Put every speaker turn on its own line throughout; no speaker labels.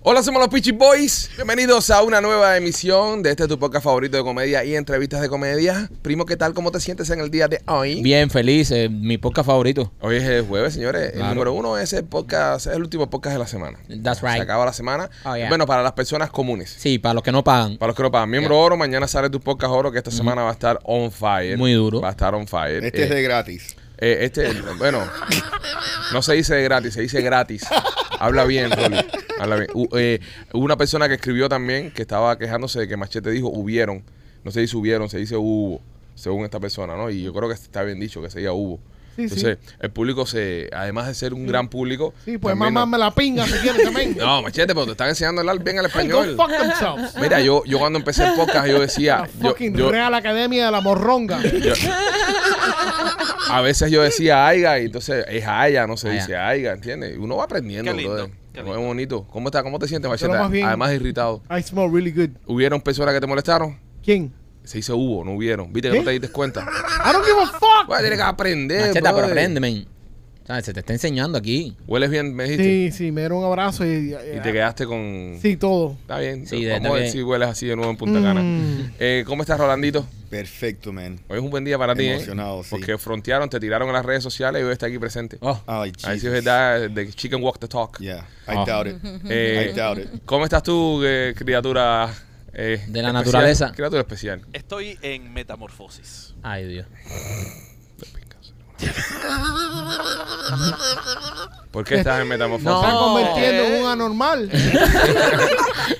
Hola, somos los Peachy Boys. Bienvenidos a una nueva emisión de este tu podcast favorito de comedia y entrevistas de comedia. Primo, ¿qué tal? ¿Cómo te sientes en el día de hoy?
Bien, feliz, eh, mi podcast favorito.
Hoy es el jueves, señores. El
Claro.
número uno es el podcast, es el último podcast de la semana.
That's
Se
right.
acaba la semana.
Oh, yeah.
Bueno, para las personas comunes.
Sí, para los que no pagan.
Para los que no pagan miembro oro, mañana sale tu podcast oro que esta semana va a estar on fire.
Mm-hmm. Muy duro.
Va a estar on fire.
Este es
Eh,
de gratis.
eh, este, bueno, no se dice de gratis, se dice gratis. Habla bien, Rolly. Habla bien. U- eh, hubo una persona que escribió también que estaba quejándose de que Machete dijo hubieron. No se dice hubieron, se dice hubo, según esta persona, ¿no? Y yo creo que está bien dicho que se diga hubo. Entonces, el público se, además de ser un gran público.
Sí, pues
también
mamá
no-
me la pinga si quieres también.
No, Machete, pero te están enseñando a hablar bien al
Hey, go
español.
fuck themselves.
Mira, yo, yo cuando empecé el podcast, yo decía.
La
yo-
fucking
yo-
Real Academia de la Morronga.
yo- a veces yo decía aiga y entonces es haya, no se
Aiga.
dice aiga, ¿entiendes? Y Uno va aprendiendo,
Qué lindo,
brother.
qué
Es
lindo.
bonito. ¿Cómo está? ¿Cómo te sientes, Machete?
más bien-
Además de irritado.
I smell really good.
¿Hubieron personas que te molestaron?
¿Quién?
Se dice hubo, no hubieron. ¿Viste que
¿Qué?
no te diste cuenta?
I don't give a fuck.
Bueno, tienes que aprender,
Macheta, pero
brother.
aprende, men. ¿Sabes? Se te está enseñando aquí.
Hueles bien, me dijiste.
Sí, sí, me dieron un abrazo y,
Y te quedaste con...
Sí, todo.
Está bien.
Sí, de
Vamos
verdad
a ver
que-
si hueles así de nuevo en Punta Cana.
Mm.
Eh, ¿Cómo estás, Rolandito?
Perfecto, man.
Hoy es un buen día para ti, ¿eh?
Emocionado, sí.
Porque frontearon, te tiraron en las redes sociales y hoy está aquí presente.
Oh,
Ay,
Ahí sí es
Jesus.
verdad, the chicken walk the talk.
Yeah, I
Ah.
doubt it.
Eh,
I doubt it.
¿Cómo estás tú, eh, criatura? eh,
De la
especial?
naturaleza.
Criatura especial.
Estoy en metamorfosis.
ay, Dios.
¿Por qué estás en metamorfosis?
Están
No.
convirtiendo en un anormal.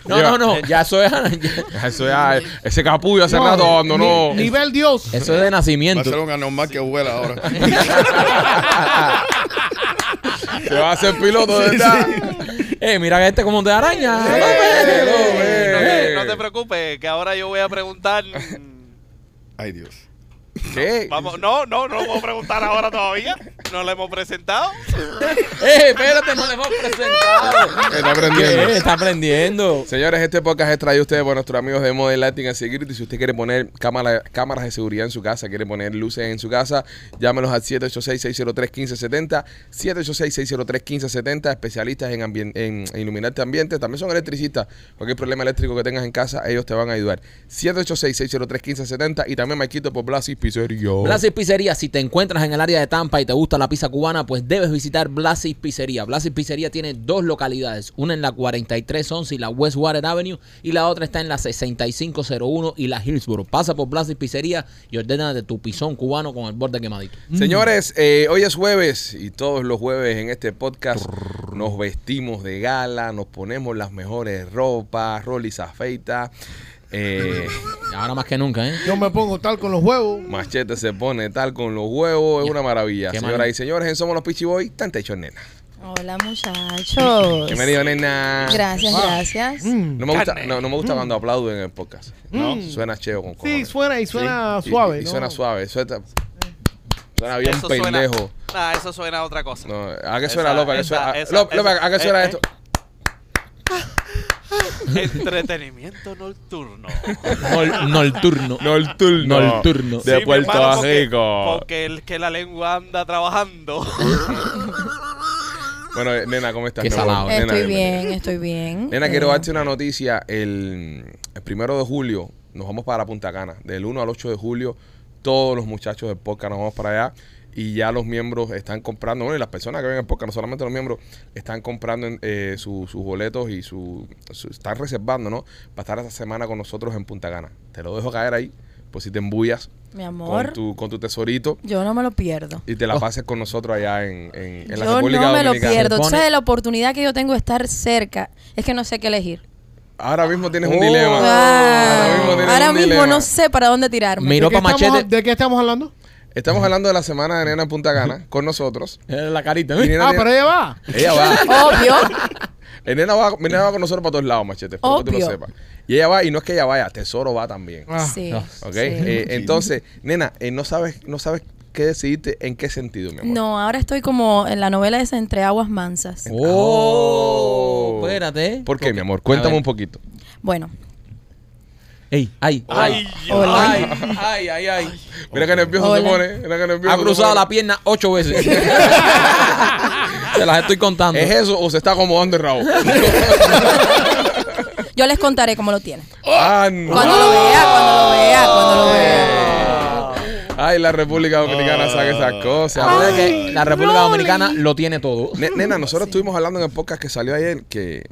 No,
Lleva-
no, no. Ya eso es, ya-
Eso ya, ese capullo hace rato abandonó.
ni- nivel Dios.
eso es de
Va a ser
nacimiento.
un anormal que vuela ahora.
Se va a hacer piloto, de ¿verdad?
Eh, mira que este como de araña.
Eh,
no,
eh, eh.
te, no te preocupes, que ahora yo voy a preguntar. mm,
Ay, Dios.
¿Qué?
Vamos, no, no, no puedo preguntar ahora todavía. No lo hemos presentado.
Eh, espérate, no le hemos presentado.
Está aprendiendo.
¿Qué? Está aprendiendo.
Señores, este podcast es traído a ustedes por nuestros amigos de Modern Lighting and Security. Si usted quiere poner cámara- cámaras de seguridad en su casa, quiere poner luces en su casa, llámenos al 786-603-1570, 786-603-1570, especialistas en, ambien- en, en iluminarte ambiente. También son electricistas. Cualquier problema eléctrico que tengas en casa, ellos te van a ayudar. 786-603-1570 y también Maquito por Blasi Pizzería.
Blasis Pizzería, si te encuentras en el área de Tampa y te gusta la pizza cubana, pues debes visitar Blasis Pizzería. Blasis Pizzería tiene dos localidades, una en la 4311 y la Westwater Avenue y la otra está en la 6501 y la Hillsborough. Pasa por Blasis Pizzería y ordénate tu pisón cubano con el borde quemadito.
Mm.
Señores, eh, hoy es jueves y todos los jueves en este podcast nos vestimos de gala, nos ponemos las mejores ropas, Rolly se afeita, eh,
Y ahora más que nunca, ¿eh?
Yo me pongo tal con los huevos.
Machete se pone tal con los huevos, es una maravilla.
Qué
Señoras
mal.
y señores, en Somos los Pichi Boy, tanta hecho nena.
Hola muchachos.
Bienvenido, nena.
Gracias,
Ah.
gracias.
Mm.
No me, gusta, no, no me gusta cuando aplauden en el podcast. No, suena cheo con
Sí,
cojones.
suena y suena
Y-
suave.
Y, y
¿no?
suena suave. Suena, suena bien
Eso suena-
pendejo.
Nah, eso suena a otra cosa.
No, ¿A qué suena,
Esa-
López? ¿A qué
esa-
suena,
esa-
López, López,
esa-
¿a qué suena
eh,
esto?
Entretenimiento nocturno.
Nol- nocturno.
Nocturno.
Nocturno.
De
Sí, mi
Puerto
hermano, porque-
Rico.
Porque el que la lengua anda trabajando.
Bueno, eh, nena, ¿cómo estás?
Qué
mi amor?
salado.
Nena,
Estoy
bienvenida.
bien, estoy bien.
Nena,
Eh,
quiero darte una noticia. El, el primero de julio nos vamos para Punta Cana. Del 1 al 8 de julio, todos los muchachos del podcast nos vamos para allá. Y ya los miembros están comprando, bueno, y las personas que ven el podcast, no solamente los miembros, están comprando en, eh, su- sus boletos y su, su- están reservando, ¿no? Para estar esta semana con nosotros en Punta Cana. Te lo dejo caer ahí, por si te embullas
Mi
con
amor,
tu, con tu tesorito.
yo no me lo pierdo.
y te la pases con nosotros allá en, en, en la
Oh. Yo no me
República
lo
Dominicana.
pierdo.
Se
Tú
pone-
sabes la oportunidad que yo tengo de estar cerca. Es que no sé qué elegir.
Ahora mismo tienes un
Oh.
dilema.
Ah,
Ahora mismo tienes
ahora
un
mismo
dilema.
no sé para dónde tirarme.
¿De
Miró
qué
para
estamos-
Machete.
¿De qué estamos hablando?
Estamos hablando de la semana de Nena en Punta Cana con nosotros.
Era la carita,
Y
¿eh?
nena
Ah,
tiene-
pero ella va.
Ella va.
Obvio.
Eh, nena va. mi Nena va con nosotros para todos lados, machete. Espero que tú lo
Obvio.
sepas. Y ella va, y no es que ella vaya, Tesoro va también.
Ah,
sí.
no.
¿Ok?
sí.
Eh, entonces, nena, eh, no sabes no sabes qué decidirte en qué sentido, mi amor.
No, ahora estoy como en la novela esa Entre Aguas Mansas.
Oh, espérate.
¿Por qué, mi amor? Cuéntame
A ver.
un poquito.
Bueno,
Ey, ay, ay,
Ay,
Hola.
ay, ay, ay, ay.
Mira que nervioso se
Hola.
pone. Mira que nervioso.
Ha
se
cruzado
pone.
la pierna ocho veces. Te las estoy contando.
¿Es eso o se está acomodando el rabo?
Yo les contaré cómo lo tiene.
Ah, no.
Eh, Cuando lo vea, cuando lo vea, cuando lo
Eh.
vea.
Ah.
Ah,
Ay, la República Dominicana saca esas
¿Te
cosas.
acuerdas que la República Dominicana lo tiene todo?
Ne- Nena, nosotros estuvimos hablando en el podcast que salió ayer que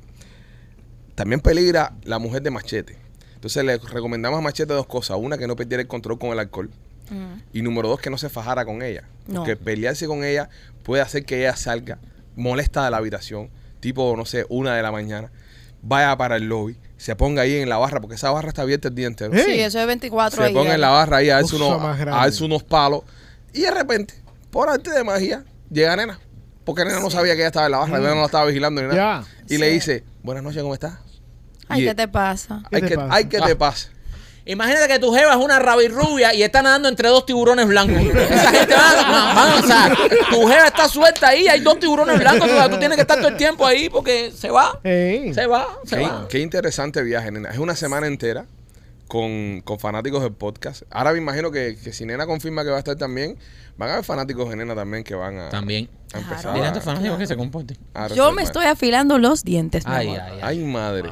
también peligra la mujer de Machete. Entonces le recomendamos a Machete dos cosas. Una, que no perdiera el control con el alcohol.
Mm.
Y número dos, que no se fajara con ella.
No.
Porque pelearse con ella puede hacer que ella salga molesta de la habitación, tipo, no sé, una de la mañana, vaya para el lobby, se ponga ahí en la barra, porque esa barra está abierta el día entero.
¿Eh?
Sí, eso es 24
Se
ahí,
ponga
dale.
en la barra ahí a darse,
Cosa
unos,
más
a
grande.
darse unos palos. Y de repente, por arte de magia, llega Nena. Porque Nena no sabía que ella estaba en la barra, Nena no la estaba vigilando ni nada.
Ya.
Y le dice, buenas noches, ¿cómo estás?
Ay,
Y- e
¿qué te Ah. pasa?
¿Qué
Ay,
te
que,
pasa?
ay, que te pasa.
Imagínate que tu jeva es una rabirrubia y está nadando entre dos tiburones blancos. Esa gente va a, va a avanzar. Tu jeva está suelta ahí, hay dos tiburones blancos. Tú, tú tienes que estar todo el tiempo ahí porque se va,
Ey.
se va, se
Qué,
va.
qué interesante viaje, Nena. Es una semana entera con, con fanáticos del podcast. Ahora me imagino que, que si Nena confirma que va a estar también, van a haber fanáticos de Nena también que van a,
También.
a empezar
Dile a
a-
tus fanáticos que se comporten.
a
Yo
resolver.
me estoy afilando los dientes, mi
Ay,
amor.
ay, ay.
Ah, Ay, madre.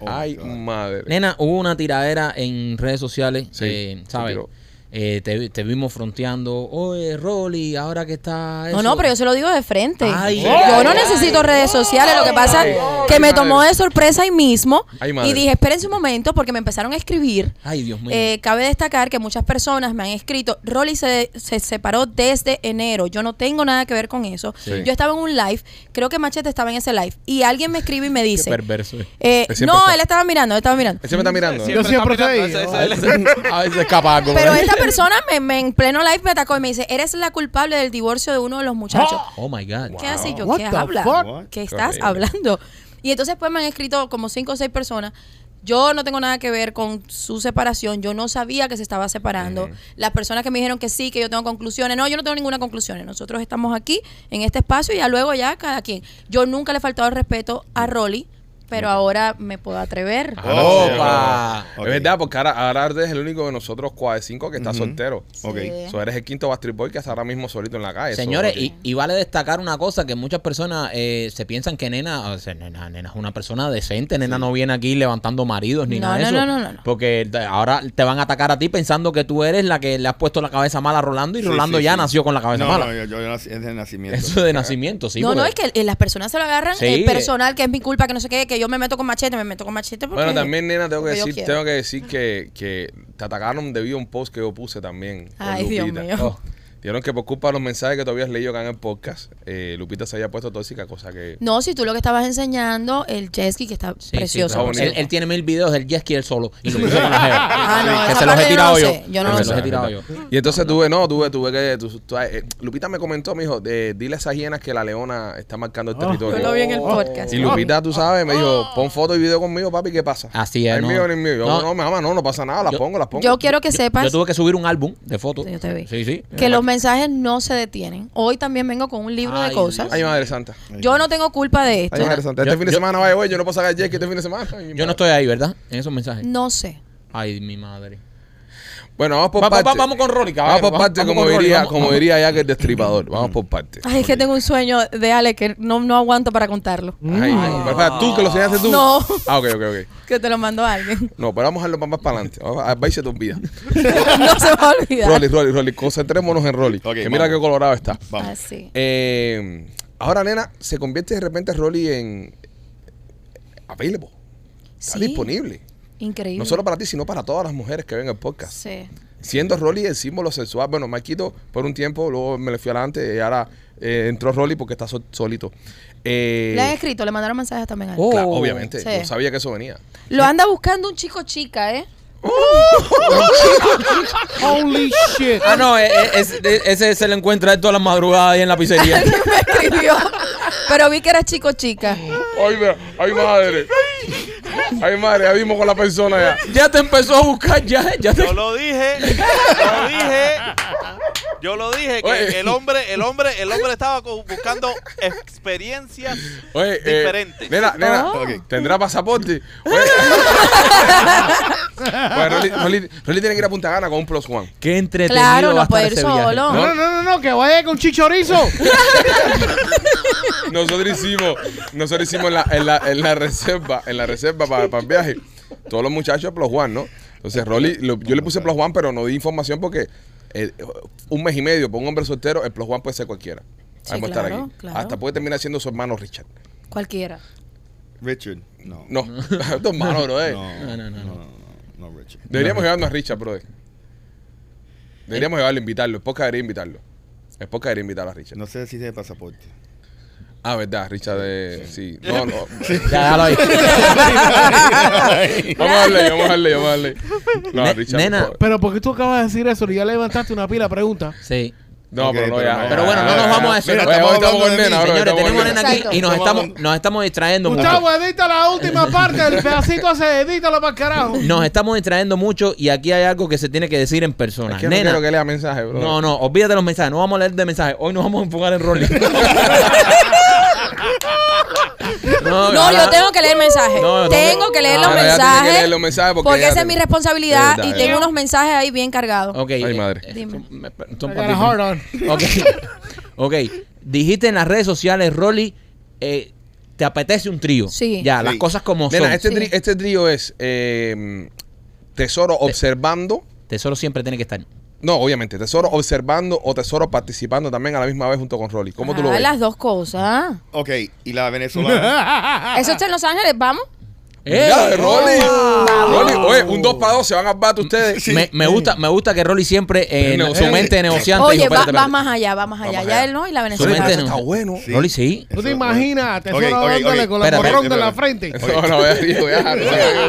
Oh,
Ay,
God.
madre.
Nena, hubo una tiradera en redes sociales,
Sí,
eh,
se
¿sabes?
tiró.
Eh, te, te vimos fronteando, oye, Rolly, ahora que está eso.
No, no, pero yo se lo digo de frente.
Ay,
yo
ay,
no
ay.
necesito redes sociales. Lo que pasa es que me tomó de sorpresa ahí mismo.
Ay, madre.
Y dije, espérense un momento, porque me empezaron a escribir.
Ay, Dios mío.
Eh, cabe destacar que muchas personas me han escrito, Rolly se, se separó desde enero, yo no tengo nada que ver con eso. Yo estaba en un live, creo que Machete estaba en ese live, y alguien me escribe y me dice,
perverso. eh.
eh,
Él siempre
no,
está-
él estaba mirando, él estaba mirando.
Él se me está mirando.
Yo siempre
está
estoy
mirando,
ahí,
ese- ese- ese-
A veces ¿eh? escapa algo.
Pero
¿verdad?
esta persona me, me- en pleno live me atacó y me dice, eres la culpable del divorcio de uno de los muchachos.
Oh my God.
¿Qué hace Y yo?
What
¿Qué
the
habla?
fuck?
¿Qué estás
Horrible.
hablando? Y entonces pues me han escrito como cinco o seis personas. Yo no tengo nada que ver con su separación. Yo no sabía que se estaba separando. Las personas que me dijeron que sí, que yo tengo conclusiones. No, yo no tengo ninguna conclusión. Nosotros estamos aquí en este espacio y ya luego ya cada quien. Yo nunca le he faltado el respeto a Rolly, pero ahora me puedo atrever.
Ah, no,
Oh,
sí,
Opa.
no.
Ok.
Es verdad, porque ahora, ahora eres el único de nosotros, cuatro de cinco, que está soltero.
Ok.
Sí.
So, eres el quinto Bastard Boy que está ahora mismo solito en la calle. So,
Señores,
ok.
y, y vale destacar una cosa que muchas personas eh, se piensan que nena, o sea, nena, nena es una persona decente, nena no viene aquí levantando maridos ni
No,
nada de
no,
eso.
no, no, no, no.
Porque te- ahora te van a atacar a ti pensando que tú eres la que le has puesto la cabeza mala a Rolando y
Sí,
Rolando
sí,
ya
sí.
nació con la cabeza
no,
mala.
No, yo, yo nací- es de nacimiento.
eso de nacimiento, sí.
no, no,
porque-
es que eh, las personas se lo agarran
Sí.
eh, personal, que es mi culpa, que no sé qué, que yo me meto con machete, me meto con machete. Porque
Bueno, también, nena, tengo que
porque yo
decir,
quiero.
tengo que, decir que, que te atacaron debido a un post que yo puse también. con
Ay, Dios
Lupita.
mío.
Oh. Dijeron que por culpa de los mensajes que todavía has leído acá en el podcast, eh, Lupita se había puesto tóxica, cosa que.
No, si tú lo que estabas enseñando, el jet ski, que está
Sí, sí,
precioso.
pero
por
bonito.
él,
cierto.
él tiene mil videos del jet ski él solo. Y lo puso con la jeva.
Ah, no,
que
esa
se los he
parte yo
tirado
no
yo.
sé, yo no
Que
lo
se los
sé.
he tirado yo.
Y entonces tuve, no, tuve, tuve que. tú- tú- eh, Lupita me comentó, me dijo, eh, dile a esas hienas que la leona está marcando el territorio.
Yo lo vi en el
Oh.
podcast.
Y Lupita, tú sabes, me dijo,
Oh.
pon foto y video conmigo, papi, ¿qué pasa?
Así es,
Ay,
Ah, no.
mío, ni mío. Yo,
No.
no, mi mamá, no, no pasa nada, las
Yo-
pongo, las pongo.
Yo quiero que sepas
Yo tuve que subir un álbum de fotos.
Yo te vi.
Sí, sí.
que los mensajes no se detienen. Hoy también vengo con un libro
Ay,
de cosas.
Ay, madre santa.
Yo no tengo culpa de
Ay,
esto.
madre santa. Este
yo-
fin de
yo-
semana vaya, güey, yo no puedo sacar jet ski este fin de semana. Ay, mi
Yo no
madre.
estoy ahí, ¿verdad? En esos mensajes.
No sé.
Ay, mi madre.
Bueno, vamos por
Va- va-
parte.
vamos con Rolly,
Vamos
caballero,
por
vamos-
parte,
vamos
como
con Rolly,
diría,
vamos-
como
vamos.
diría Jack el destripador. Vamos por parte.
Ay, es que tengo un sueño de Ale que no, no aguanto para contarlo.
Ay, pero espera, tú que lo enseñaste tú.
No.
Ah, ok, ok, ok.
Que te lo mandó alguien.
No, pero vamos a dejarlo más para adelante. Vamos A ver se te olvida.
no se va a olvidar.
Rolly, Rolly, Rolly. Concentrémonos en Rolly.
Ok,
que mira
vamos.
qué colorado está.
Vamos.
Así.
Eh, ahora, nena, se convierte de repente Rolly en. Available. Está
Sí.
disponible.
Increíble.
No solo para ti, sino para todas las mujeres que ven el podcast.
Sí.
Siendo Rolly el símbolo sexual. Bueno, Maquito por un tiempo, luego me le fui adelante y ahora eh, entró Rolly porque está sol- solito. Eh,
Le han escrito, le mandaron mensajes también a él.
Oh.
claro, obviamente,
Sí.
no sabía que eso venía.
Lo anda buscando un chico chica, ¿eh?
Oh, Holy shit.
Ah, no, eh, eh, es- eh, ese se lo encuentra él todas las madrugadas ahí en la pizzería.
Me escribió. Pero vi que era chico chica.
Ay, mira, ay madre. Ay madre, ya vimos con la persona ya.
ya te empezó a buscar, ya, ya te...
Yo lo dije, yo lo dije, yo lo dije que
Oye.
el hombre, el hombre, el hombre estaba co- buscando experiencias
Oye, eh,
Oh.
diferentes.
nena, nena,
Ok.
¿tendrá pasaporte? Oye, Bueno, Pues Rolly, Rolly- Rolly tiene que ir a Punta Gana con un plus one.
Qué entretenido
Claro,
va a
no
estar
puede ir
ese viaje.
No,
solo.
no, no, no, no, que vaya con chichorizo.
Nosotros hicimos, nosotros hicimos en la, en la, en la reserva, en la reserva para, el viaje. Todos los muchachos plus one, ¿no? Entonces, Rolly, lo- yo le puse plus one, pero no di información porque eh, un mes y medio para un hombre soltero, el plus one puede ser cualquiera.
Sí,
Vamos a estar
claro,
aquí.
claro.
Hasta puede terminar siendo su hermano Richard.
Cualquiera.
Richard. No.
No, tu hermano, bro. eh.
No, no, no. No, no, Richard.
Deberíamos llevarnos a Richard, brother. Deberíamos llevarlo, invitarlo. El podcast debería invitarlo. El podcast debería invitar a Richard.
No sé si tiene pasaporte.
Ah, verdad, Richard de. Sí. No, no.
Ya, déjalo ahí.
Vamos a darle, vamos a darle, vamos a darle. No,
Ne-
Richard.
nena.
por favor.
Pero porque tú acabas de decir eso, ya levantaste una pila de preguntas.
Sí.
No,
Ok,
pero no,
pero
ya.
no.
Pero bueno, no nos vamos a eso.
Mira,
Mira,
estamos,
estamos
con
hablando de
nena,
mí,
bro.
Señores,
estamos con
tenemos a nena aquí
Exacto.
y nos
Estamos
estamos,
hablando.
nos estamos distrayendo mucho.
Gustavo, edita la última parte del pedacito ese, edítalo para el carajo.
Nos estamos distrayendo mucho y aquí hay algo que se tiene que decir en persona.
Es que no
Nena,
quiero que lea mensaje, bro.
no, no, olvídate de los mensajes. No vamos a leer de mensajes. Hoy nos vamos a enfocar en Rolly.
No,
ahora-
yo tengo que leer mensajes.
No, no,
tengo que leer
no,
los
ahora ya
Ah, tiene que
mensajes.
leer los mensajes porque ya
esa es
te-
mi responsabilidad
Es verdad,
y
es
tengo
verdad.
unos mensajes ahí bien cargados.
Ok.
Ay,
eh,
madre.
eh,
Dime.
son- me- son para
I got a
ti.
hard on.
Ok. ok. Dijiste en las redes sociales, Rolly, eh, te apetece un trío.
Sí.
Ya,
Sí.
las cosas como son.
Nena, este,
Sí.
tri- este trío es eh, Tesoro observando.
Tesoro siempre tiene que estar.
No, obviamente, Tesoro observando o Tesoro participando también a la misma vez junto con Rolly. ¿Cómo tú lo
Ah,
ves?
las dos cosas.
Ok, y la venezolana.
Eso está en Los Ángeles, vamos.
Ya,
¡Eh!
Rolly. Rolly, oye, un 2 para 2 se van al bate ustedes.
Me, me gusta, me gusta que Rolly siempre eh,
Es
en su
negociante.
mente negociante.
Oye,
dijo,
va,
"Espérate,
va
espérate".
más allá, va más allá.
Vamos
ya
allá.
él no y la
Su
venezolana.
mente
Eso
no-
está bueno.
Rolly sí.
¿Tú
Eso,
te imaginas? Te suena
ok, ok,
dándole
ok.
con la
Espera,
morrón
espera,
de la
espera.
frente.
Eso no, ya, digo, ya, ya,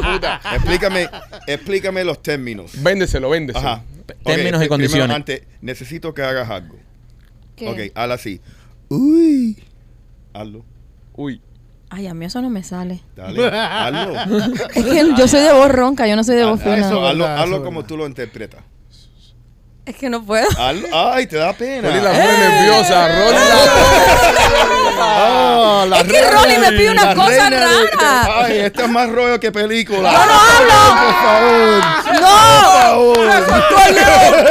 ya, puta.
Explícame, explícame los términos.
Véndeselo, véndeselo.
Ajá. Ok,
Términos y
primero,
condiciones.
antes, necesito que hagas algo.
¿Qué?
Ok, hazlo así. Uy. Hazlo.
Uy.
Ay, a mí eso no me sale.
Dale. Hazlo.
Es que yo soy de voz ronca, yo no soy de voz
Hazlo,
fina.
eso.
hazlo,
verdad,
hazlo
eso
como
verdad.
tú lo interpretas.
Es que no puedo.
Hazlo. Ay, te da pena.
Rolly la pone nerviosa. Rolly la
Ah, la
Es que
reina
Rolly me
de-
pide unas
la reina
cosas
de-
raras.
Ay, esto es más rollo que película.
¡Yo no hablo!
Por favor.
¡No!
Por favor.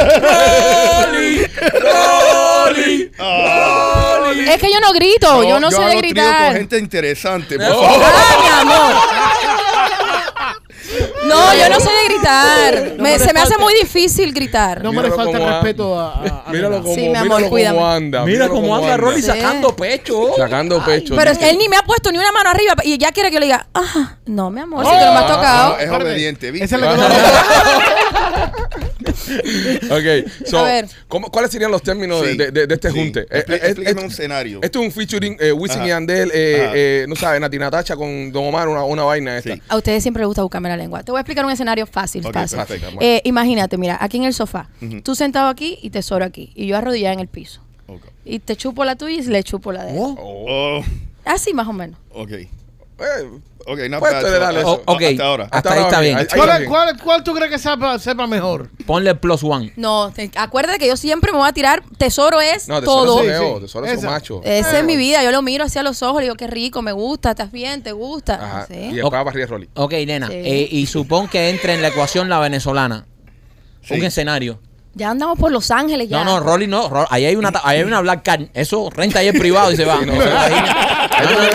Es que yo no grito, yo no sé
hago
de
trío con
gritar.
gente interesante, por favor.
¡Ah, mi amor! No, yo no sé de gritar. Me- se me hace muy difícil gritar.
No me le
Míralo
falta
cómo
el
anda.
respeto a. a- a
Míralo
Nena.
como,
Sí, mi amor,
míralo
cuídame.
cómo anda.
Mira cómo anda Rolly
Sí.
sacando pecho.
Sacando pecho.
Pero es que él ni me ha puesto ni una mano arriba y ya quiere que yo le diga, ah, no, mi amor, si tú
Ah,
no me has tocado.
Ah, es obediente, ¿viste?
Esa es la que no-
Ok, so,
A ver.
¿cómo- ¿cuáles serían los términos de-
Sí.
de, de- de este
Sí.
junte? Eh,
Explí-
eh, eh,
explícame
eh,
un escenario.
Esto es un featuring eh, Wisin
Ajá.
y Yandel, eh,
Ajá.
eh, no sabes, Nati Natacha con Don Omar, una, una vaina esta.
Sí.
A ustedes siempre les gusta buscarme la lengua. Te voy a explicar un escenario fácil,
Ok,
fácil.
perfecto, amor.
Eh, imagínate, mira, aquí en el sofá, tú sentado aquí y tesoro aquí, y yo arrodillada en el piso.
Ok.
Y te chupo la tuya y le chupo la de él.
Oh,
Así más o menos.
ok.
Eh,
Ok, no
Puedes
bad.
tolerarlo
So,
eso.
a-
O- ok.
Hasta ahora.
Hasta ahí está bien.
ahí
¿Cuál,
bien.
cuál, cuál tú crees que sepa, sepa mejor?
Ponle el plus one.
No, te- acuérdate que yo siempre me voy a tirar. Tesoro es
No, tesoro
todo.
son
Sí,
neo,
sí.
tesoro son
Esa.
macho.
Esa es mi vida. Yo lo miro hacia los ojos y digo, qué rico, me gusta, estás bien, te gusta.
Ah,
Ajá.
Sí.
Y después va a barrer Rolly.
Ok, nena.
Sí.
eh, y supón que entre en la ecuación la venezolana. Un escenario.
Ya andamos por Los Ángeles
No,
ya.
no, Rolly no. Ro- ahí, hay una, ta- ahí hay una black card. Eso renta ahí en privado y se va.
Sí, no,
no, no,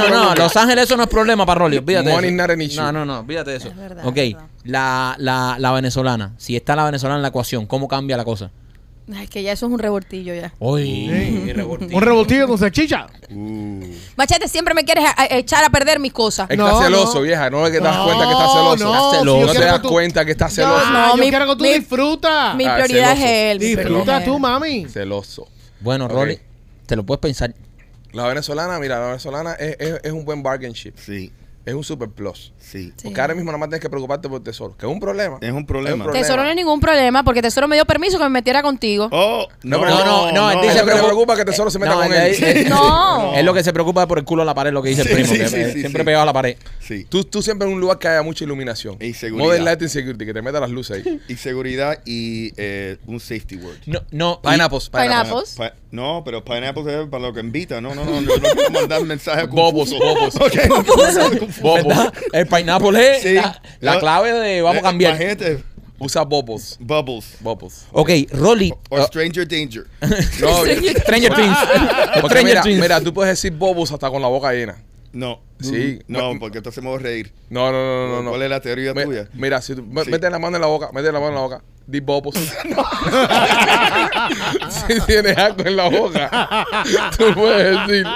no, no, Los Ángeles eso no es problema para Rolly. Olvídate. de
Money
eso.
not an issue.
No, no, no. Olvídate de eso.
Es verdad,
ok.
es verdad.
La, la, la venezolana. Si está la venezolana en la ecuación, ¿cómo cambia la cosa?
Ay, que ya eso es un revoltillo ya.
Uy.
¿Un revoltillo con salchicha?
Uh,
Machete, siempre me quieres a- a- echar a perder mis cosas.
Es que
No,
está celoso,
no.
vieja. No es que te das
No,
cuenta que está celoso.
no,
Estás
si
celoso.
yo
no te
quiero
das
que tú-
cuenta que está celoso.
No, no,
No,
yo
mi-
quiero que tú
mi-
disfrutas.
Mi
Ah,
prioridad
celoso.
es él. mi prioridad
Disfruta
es
tú,
él.
mami.
Celoso.
Bueno,
Ok.
Rolly, te lo puedes pensar.
La venezolana, mira, la venezolana es, es- es un buen bargain chip.
Sí,
Es un super plus.
sí.
Sí.
Porque ahora mismo nada más tienes que preocuparte por tesoro, que es un problema.
Es un problema.
Tesoro no es ningún problema porque Tesoro me dio permiso que me metiera contigo.
Oh,
No,
no,
pero-
no, no,
no, él
Eso
dice
que le
preocupa-
preocupa que tesoro se
Eh,
meta
No,
con
él-
él.
él- él-
No.
Es lo que se preocupa por el culo a la pared, lo que dice
Sí,
el primo.
sí,
que
sí,
eh,
sí,
siempre
sí.
pegado a la pared.
Sí.
Tú, tú siempre en un lugar que haya mucha iluminación.
Y seguridad.
Modern Light and Security, que te meta las luces ahí.
Y seguridad y eh, un safety word. Ah,
No, no. y-
Pineapples, pineapples.
Pineapples.
Pa- no, pero pineapple es para lo que invita. No, no, no. No, no puedo mandar mensajes
Bobos, bobos.
Ok, no puedo mandar confuso.
¿Verdad? El pineapple es
Sí.
la, la
Yo-
clave de vamos a
Eh,
cambiar.
Imagínate,
Usa Bobos.
Bubbles.
Bobos.
Ok, Rolly.
O
uh,
Stranger Danger.
No,
Stranger Things.
porque mira,
Stranger Things.
mira, tú puedes decir Bobos hasta con la boca llena.
No.
Sí.
No, porque entonces me voy a reír.
No, no, no, no, no.
¿Cuál es la teoría
Me-
tuya?
Mira, si tú me-
Sí.
mete la mano en la boca, mete la mano en la boca, di bobos. si tienes algo en la boca, tú puedes decir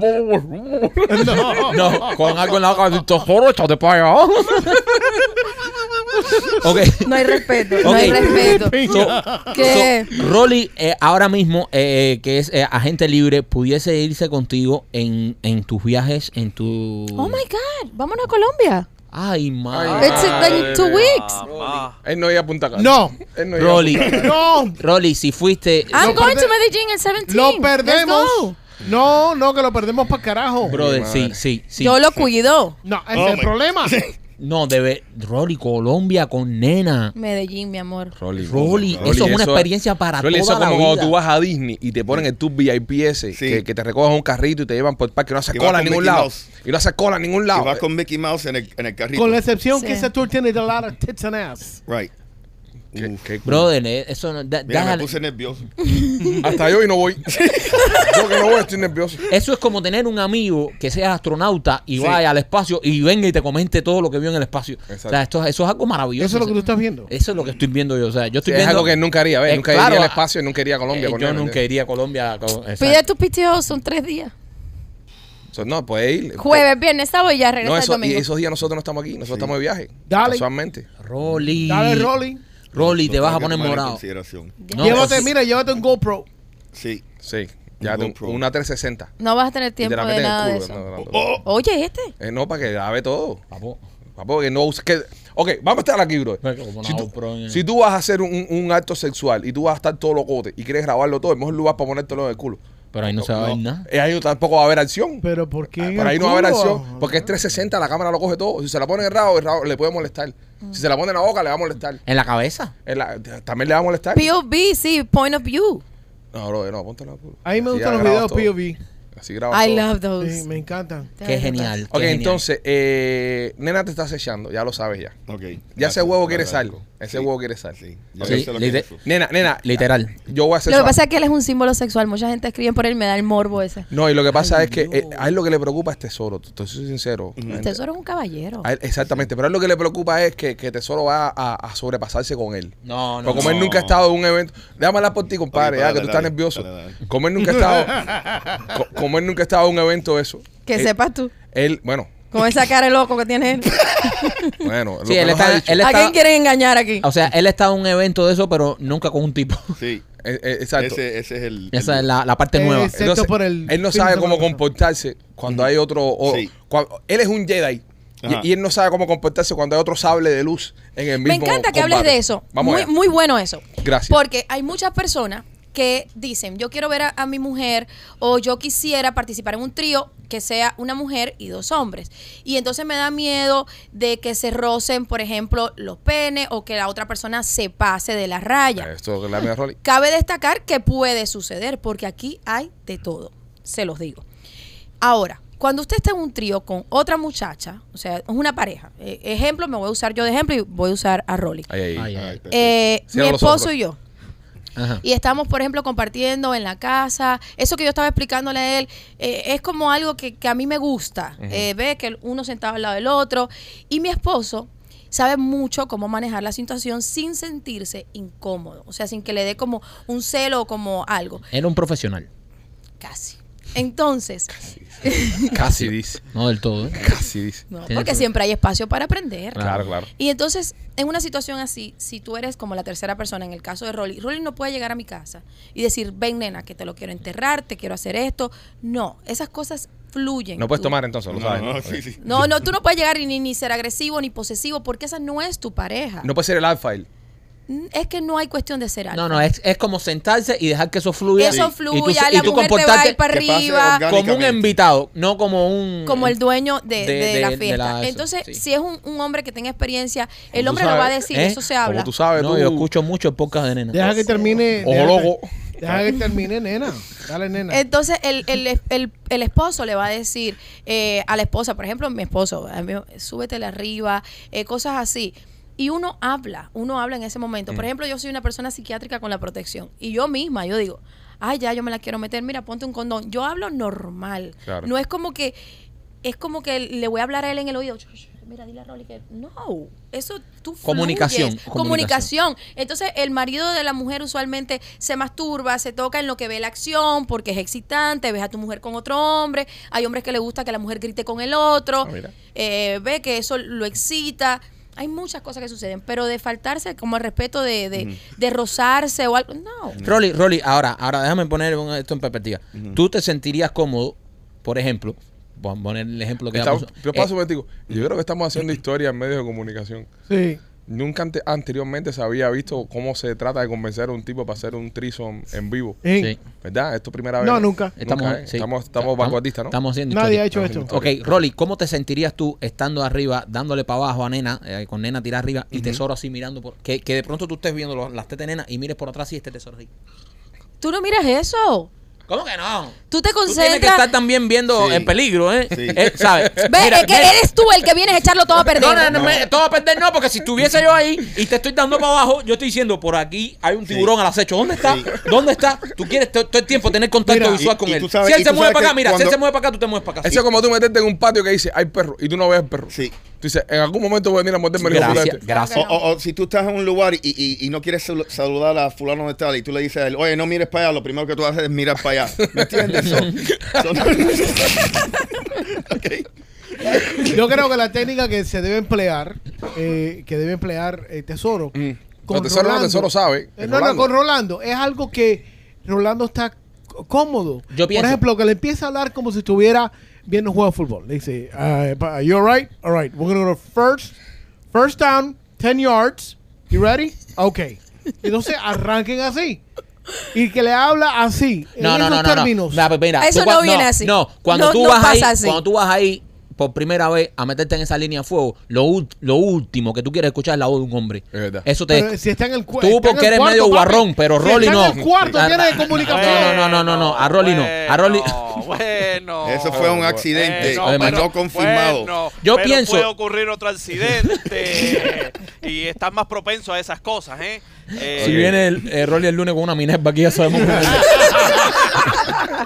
bobos. bobos.
No, con algo en la boca. de "Tesoro, échate para allá". Ok.
No hay respeto, no hay
Ok.
respeto.
So,
¿Qué?
so, Rolly, eh, ahora mismo, eh, que es eh, agente libre, pudiese irse contigo en, en tus viajes, en tu...
Oh my God, vámonos a Colombia.
Ay, madre.
Ay,
It's like two weeks.
Mamá.
Él no iba a Punta Cana.
No.
Él no iba a
Rolly,
Punta Cana.
No,
Rolly, si fuiste...
I'm
Lo
going to
perde-
Ah, Medellín el 17.
lo
Let's
perdemos.
go.
No, no, que lo perdemos para carajo.
Brother, sí, sí, sí.
Yo lo cuido.
No, ese
Oh
es el
my-
problema.
No, debe... Rolly, Colombia con nena.
Medellín, mi amor.
Rolly,
Rolly, eso es una experiencia para
Rolly, eso
toda
es
la
como
vida.
cuando tú vas a Disney y te ponen el tour VIP ese,
Sí.
que, que te recogen un carrito y te llevan por el parque, no hace
Y vas
cola a
con
ningún
Mickey
lado.
Mouse.
Y no hace cola a ningún
Y
lado. Eh,
vas con Mickey Mouse en el, en el carrito.
Con la excepción
Sí.
que ese tour tiene a lot of tits and ass.
Right.
Qué- qué-
Brother, eh, eso no... da-
Mira,
déjale-
me puse nervioso.
Hasta yo y no voy. yo que no voy, estoy nervioso.
Eso es como tener un amigo que sea astronauta y
Sí.
vaya al espacio y venga y te comente todo lo que vio en el espacio.
Exacto.
O sea, esto, eso es algo
Eso
maravilloso.
es lo que tú estás viendo.
Eso es lo que estoy viendo yo. O sea, yo estoy
es
viendo.
algo que nunca haría, ¿ves?
Eh,
nunca
claro,
iría al
ah,
espacio y nunca iría a Colombia.
eh,
con
yo
nena,
nunca
¿entiendes?
iría a Colombia. con- exacto.
Pide tus PTO, son tres días.
O sea, no, puede ir.
Jueves, viernes, sábado y ya regresa
No,
el
eso, y
domingo.
esos días nosotros no estamos aquí, nosotros estamos de viaje.
Dale.
Casualmente.
Rolly.
Dale, Rolly.
Rolly, te
Lo
vas a
tengo que
poner
tomar en
morado.
consideración.
No,
llévate,
pues-
mira, llévate un GoPro.
Sí.
Sí. Ya
Un
te-
GoPro.
una 360.
No vas a tener
Y te
tiempo
la
de
meten en
nada de
el
eso.
culo. No, no, no.
Oye, este.
Eh, no, para que grabe todo.
Papo,
Papo, que no use- que- Ok, vamos a estar aquí, bro.
Venga, como una
Si
GoPro en
tú,
el-
si tú vas a hacer un, un acto sexual y tú vas a estar todo locote y quieres grabarlo todo, el mejor lugar para ponértelo en el culo.
Pero ahí no, se va a ver nada.
Eh, ahí no tampoco va a haber acción.
Pero ¿por qué?
Ah,
en
Por
el
ahí no va a haber
culo?
acción. Porque es 360, la cámara lo coge todo. Si se la pone en el rabo, el rabo le puede molestar. Si se la pone en la boca, le va a molestar.
En la cabeza.
En la- también le va a molestar.
POV, sí, point of view.
No, bro, no, póntela al culo.
A mí me
Así
gustan los
grabas
videos
todo.
POV.
Así grabas todo.
I love
Sí,
those.
me encantan.
Qué genial. qué
Ok,
genial.
entonces, eh, nena te estás echando, ya lo sabes ya.
Ok.
Ya ese huevo quiere
sal.
sal. Ese huevo quiere sal.
Sí.
Ok,
Ya sé lo que
lite-
es eso.
Nena, nena.
Literal.
Yo voy a hacer
Lo que
sal.
pasa es que él es un símbolo sexual. Mucha gente escribe por él y me da el morbo ese.
No, y lo que pasa es que eh, a él lo que le preocupa es tesoro. te- Te soy sincero.
El tesoro es un caballero.
A él- exactamente, pero a él lo que le preocupa es que, que Tesoro va a, a sobrepasarse con él.
No, Ah, no.
Porque como él
no.
nunca ha estado en un evento. Déjame hablar por ti, compadre,
Ok,
ya,
dale,
que tú estás
dale,
nervioso.
dale, dale.
Como él nunca ha estado. co- como él nunca ha estado en un evento, eso.
Que
él-
sepas tú.
Él, bueno,
Con esa cara de loco que tiene él.
bueno. lo
Sí,
que
él
nos ha
está,
dicho.
él
¿A quién
está-
quieren engañar aquí?
O sea, él está en un evento de eso, pero nunca con un tipo.
Sí.
Eh, eh, exacto.
Ese, ese es el.
Esa es
el-
la, la parte
Eh,
nueva.
Excepto por el
él no
fin de
sabe cómo
semana.
comportarse cuando hay otro. o-
Sí.
cua- él es un Jedi.
Ajá.
Y, y él no sabe cómo comportarse cuando hay otro sable de luz en el mismo.
Me encanta que hables
combate.
de eso.
Vamos
muy,
allá.
muy bueno eso.
Gracias.
Porque hay muchas personas que dicen, yo quiero ver a, a mi mujer o yo quisiera participar en un trío que sea una mujer y dos hombres. Y entonces me da miedo de que se rocen, por ejemplo, los penes o que la otra persona se pase de la raya.
Eh, Esto es la mía, Rolly.
Cabe destacar que puede suceder, porque aquí hay de todo, se los digo. Ahora, cuando usted está en un trío con otra muchacha, o sea, es una pareja, eh, ejemplo, me voy a usar yo de ejemplo y voy a usar a Rolly.
Ahí,
Ah,
Ay, ay.
ahí.
Ay, perfecto.
Eh, mi
Cierra los
esposo
ojos.
y yo,
Ajá.
y estamos, por ejemplo, compartiendo en la casa, eso que yo estaba explicándole a él, eh, es como algo que, que a mí me gusta, eh, ve que el- uno sentado al lado del otro, y mi esposo sabe mucho cómo manejar la situación sin sentirse incómodo, o sea, sin que le dé como un celo o como algo,
Era un profesional.
casi. Entonces,
Casi dice.
No del todo, ¿eh?
Casi dice.
no,
Tiene
porque
pro-
siempre hay espacio para aprender.
Claro, claro.
Y entonces, en una situación así, si tú eres como la tercera persona, en el caso de Rolly, Rolly no puede llegar a mi casa y decir, ven nena, que te lo quiero enterrar, te quiero hacer esto. No, esas cosas fluyen.
No puedes
Tú-
tomar entonces, lo
No,
sabes.
no,
¿no?
sí, sí.
No, no, tú no puedes llegar y ni, ni ser agresivo ni posesivo porque esa no es tu pareja.
No puede ser el alfa él.
Mm, Es que no hay cuestión de ser algo.
No, no, es, es como sentarse y dejar que eso fluya.
Eso
Y-
fluya,
y tú, y
la
tú
mujer te va a
comportarte
ir para
que pase
arriba.
orgánico.
como un invitado, no como un...
como el dueño de,
De-
de
de-
la
de la-
fiesta.
eso,
Entonces,
sí.
si es un, un hombre que tenga experiencia,
Como
el
tú
hombre lo va a
sabes,
decir,
¿eh?
eso se
Como
habla.
tú sabes,
No,
tú.
yo escucho mucho el podcast de nena.
Deja que termine.
Ojo
deja que-
loco.
Deja que termine, nena. Dale, nena.
Entonces, el, el- el- el esposo le va a decir eh, a la esposa, por ejemplo, mi esposo, a mí, súbetele arriba, eh, cosas así. Y uno habla, uno habla en ese momento.
Mm.
Por ejemplo, yo soy una persona psiquiátrica con la protección. Y yo misma, yo digo, ay, ya, yo me la quiero meter, mira, ponte un condón. Yo hablo normal.
Claro.
No es como que, es como que le voy a hablar a él en el oído. Mira, dile a Rolly que no, eso tú
Comunicación,
fluyes.
comunicación.
comunicación. Entonces, el marido de la mujer usualmente se masturba, se toca en lo que ve la acción, porque es excitante, ves a tu mujer con otro hombre, hay hombres que le gusta que la mujer grite con el otro,
Ah, mira.
eh, ve que eso lo excita. Hay muchas cosas que suceden, pero de faltarse como el respeto de, de, de rozarse o algo, no.
Rolly, Rolly, ahora, ahora déjame poner un- esto en perspectiva. ¿Tú te sentirías cómodo, por ejemplo, voy a poner el ejemplo que ya
Estamos-
puso,
yo
eh,
paso un momentico. Yo creo que estamos haciendo historia en medios de comunicación.
Sí.
Nunca ante- anteriormente se había visto cómo se trata de convencer a un tipo para hacer un trison en vivo.
Sí.
sí.
¿Verdad? Esto es primera vez.
Eh. No, nunca.
Estamos,
Nunca, ¿eh?
sí.
estamos, estamos bajo artista, ¿no?
Estamos haciendo
Nadie
historia.
ha hecho esto.
Estamos
Ok, Rolly, ¿cómo te sentirías tú estando arriba, dándole para abajo a nena, eh, con nena tirada arriba y tesoro así mirando? por que, que de pronto tú estés viendo los- las tetas de nena y mires por atrás y este tesoro así.
Tú no miras eso.
¿Cómo que no?
Tú te
Tú tienes que
concentras.
estar también viendo
Sí.
el peligro, ¿eh?
Sí.
Eh, ¿Sabes?
Ve,
Mira,
es que
mira.
eres tú el que vienes a echarlo todo a perder.
No, no, no, me- todo a perder no, porque si estuviese yo ahí y te estoy dando para abajo, yo estoy diciendo, por aquí hay un tiburón al acecho. ¿Dónde está?
Sí.
¿Dónde está? Tú quieres to- todo el tiempo tener contacto
Mira,
visual
y-
con
y
él.
tú sabes-
si él
y
se
tú
mueve
sabes
para acá,
que
mira, si él
cuando-
se mueve para acá, tú te mueves para acá.
Eso es como tú meterte en un patio que dice hay perro y tú no ves el perro.
Sí.
Tú dices, en algún momento voy a venir a morderme el hijo de
Gracias,
puta este.
O,
gracias.
o- o si tú estás en un lugar y, y- y no quieres salu- saludar a fulano de tal y tú le dices a él, oye, no mires para allá, lo primero que tú haces es mirar para allá. ¿Me entiendes? So- so-
Yo creo que la técnica que se debe emplear, eh, que debe emplear el tesoro.
Mm.
con
No, Tesoro no, Tesoro sabe,
Eh,
es
no, no,
Rolando.
con Rolando. Es algo que Rolando está c- cómodo.
Yo pienso.
Por ejemplo, que le empieza a hablar como si estuviera viendo un juego de fútbol. Le dice, "Ah, pa- you alright? Alright, we're gonna go to first, first down, 10 yards. You ready? Okay. Entonces arranquen así. Y que le habla así.
No, no, no,
en esos
no, no.
términos.
No, pues mira,
Eso
tú cua-
no viene así.
No, cuando
No-
tú
no
vas ahí,
pasa así.
cuando tú vas ahí por primera vez a meterte en esa línea de fuego, lo, ul- lo último que tú quieres escuchar es la voz de un hombre.
Es verdad.
Eso te
Pero si está en el cu-
Tú
está en
porque
el
eres medio
papi.
guarrón, pero
Si
Rolly
está
no.
En el cuarto
Ah,
tiene
ah, No,
comunicación.
no, no, no, no, a Rolly no, a Rolly-
Bueno, bueno. Eh,
Eso fue un accidente,
pero-
no confirmado.
Yo
pero
pienso-
Puede ocurrir otro accidente y estás más propenso a esas cosas, ¿eh? Eh,
Si viene el, eh, Rolly el lunes con una minerva aquí, ya sabemos. cómo es.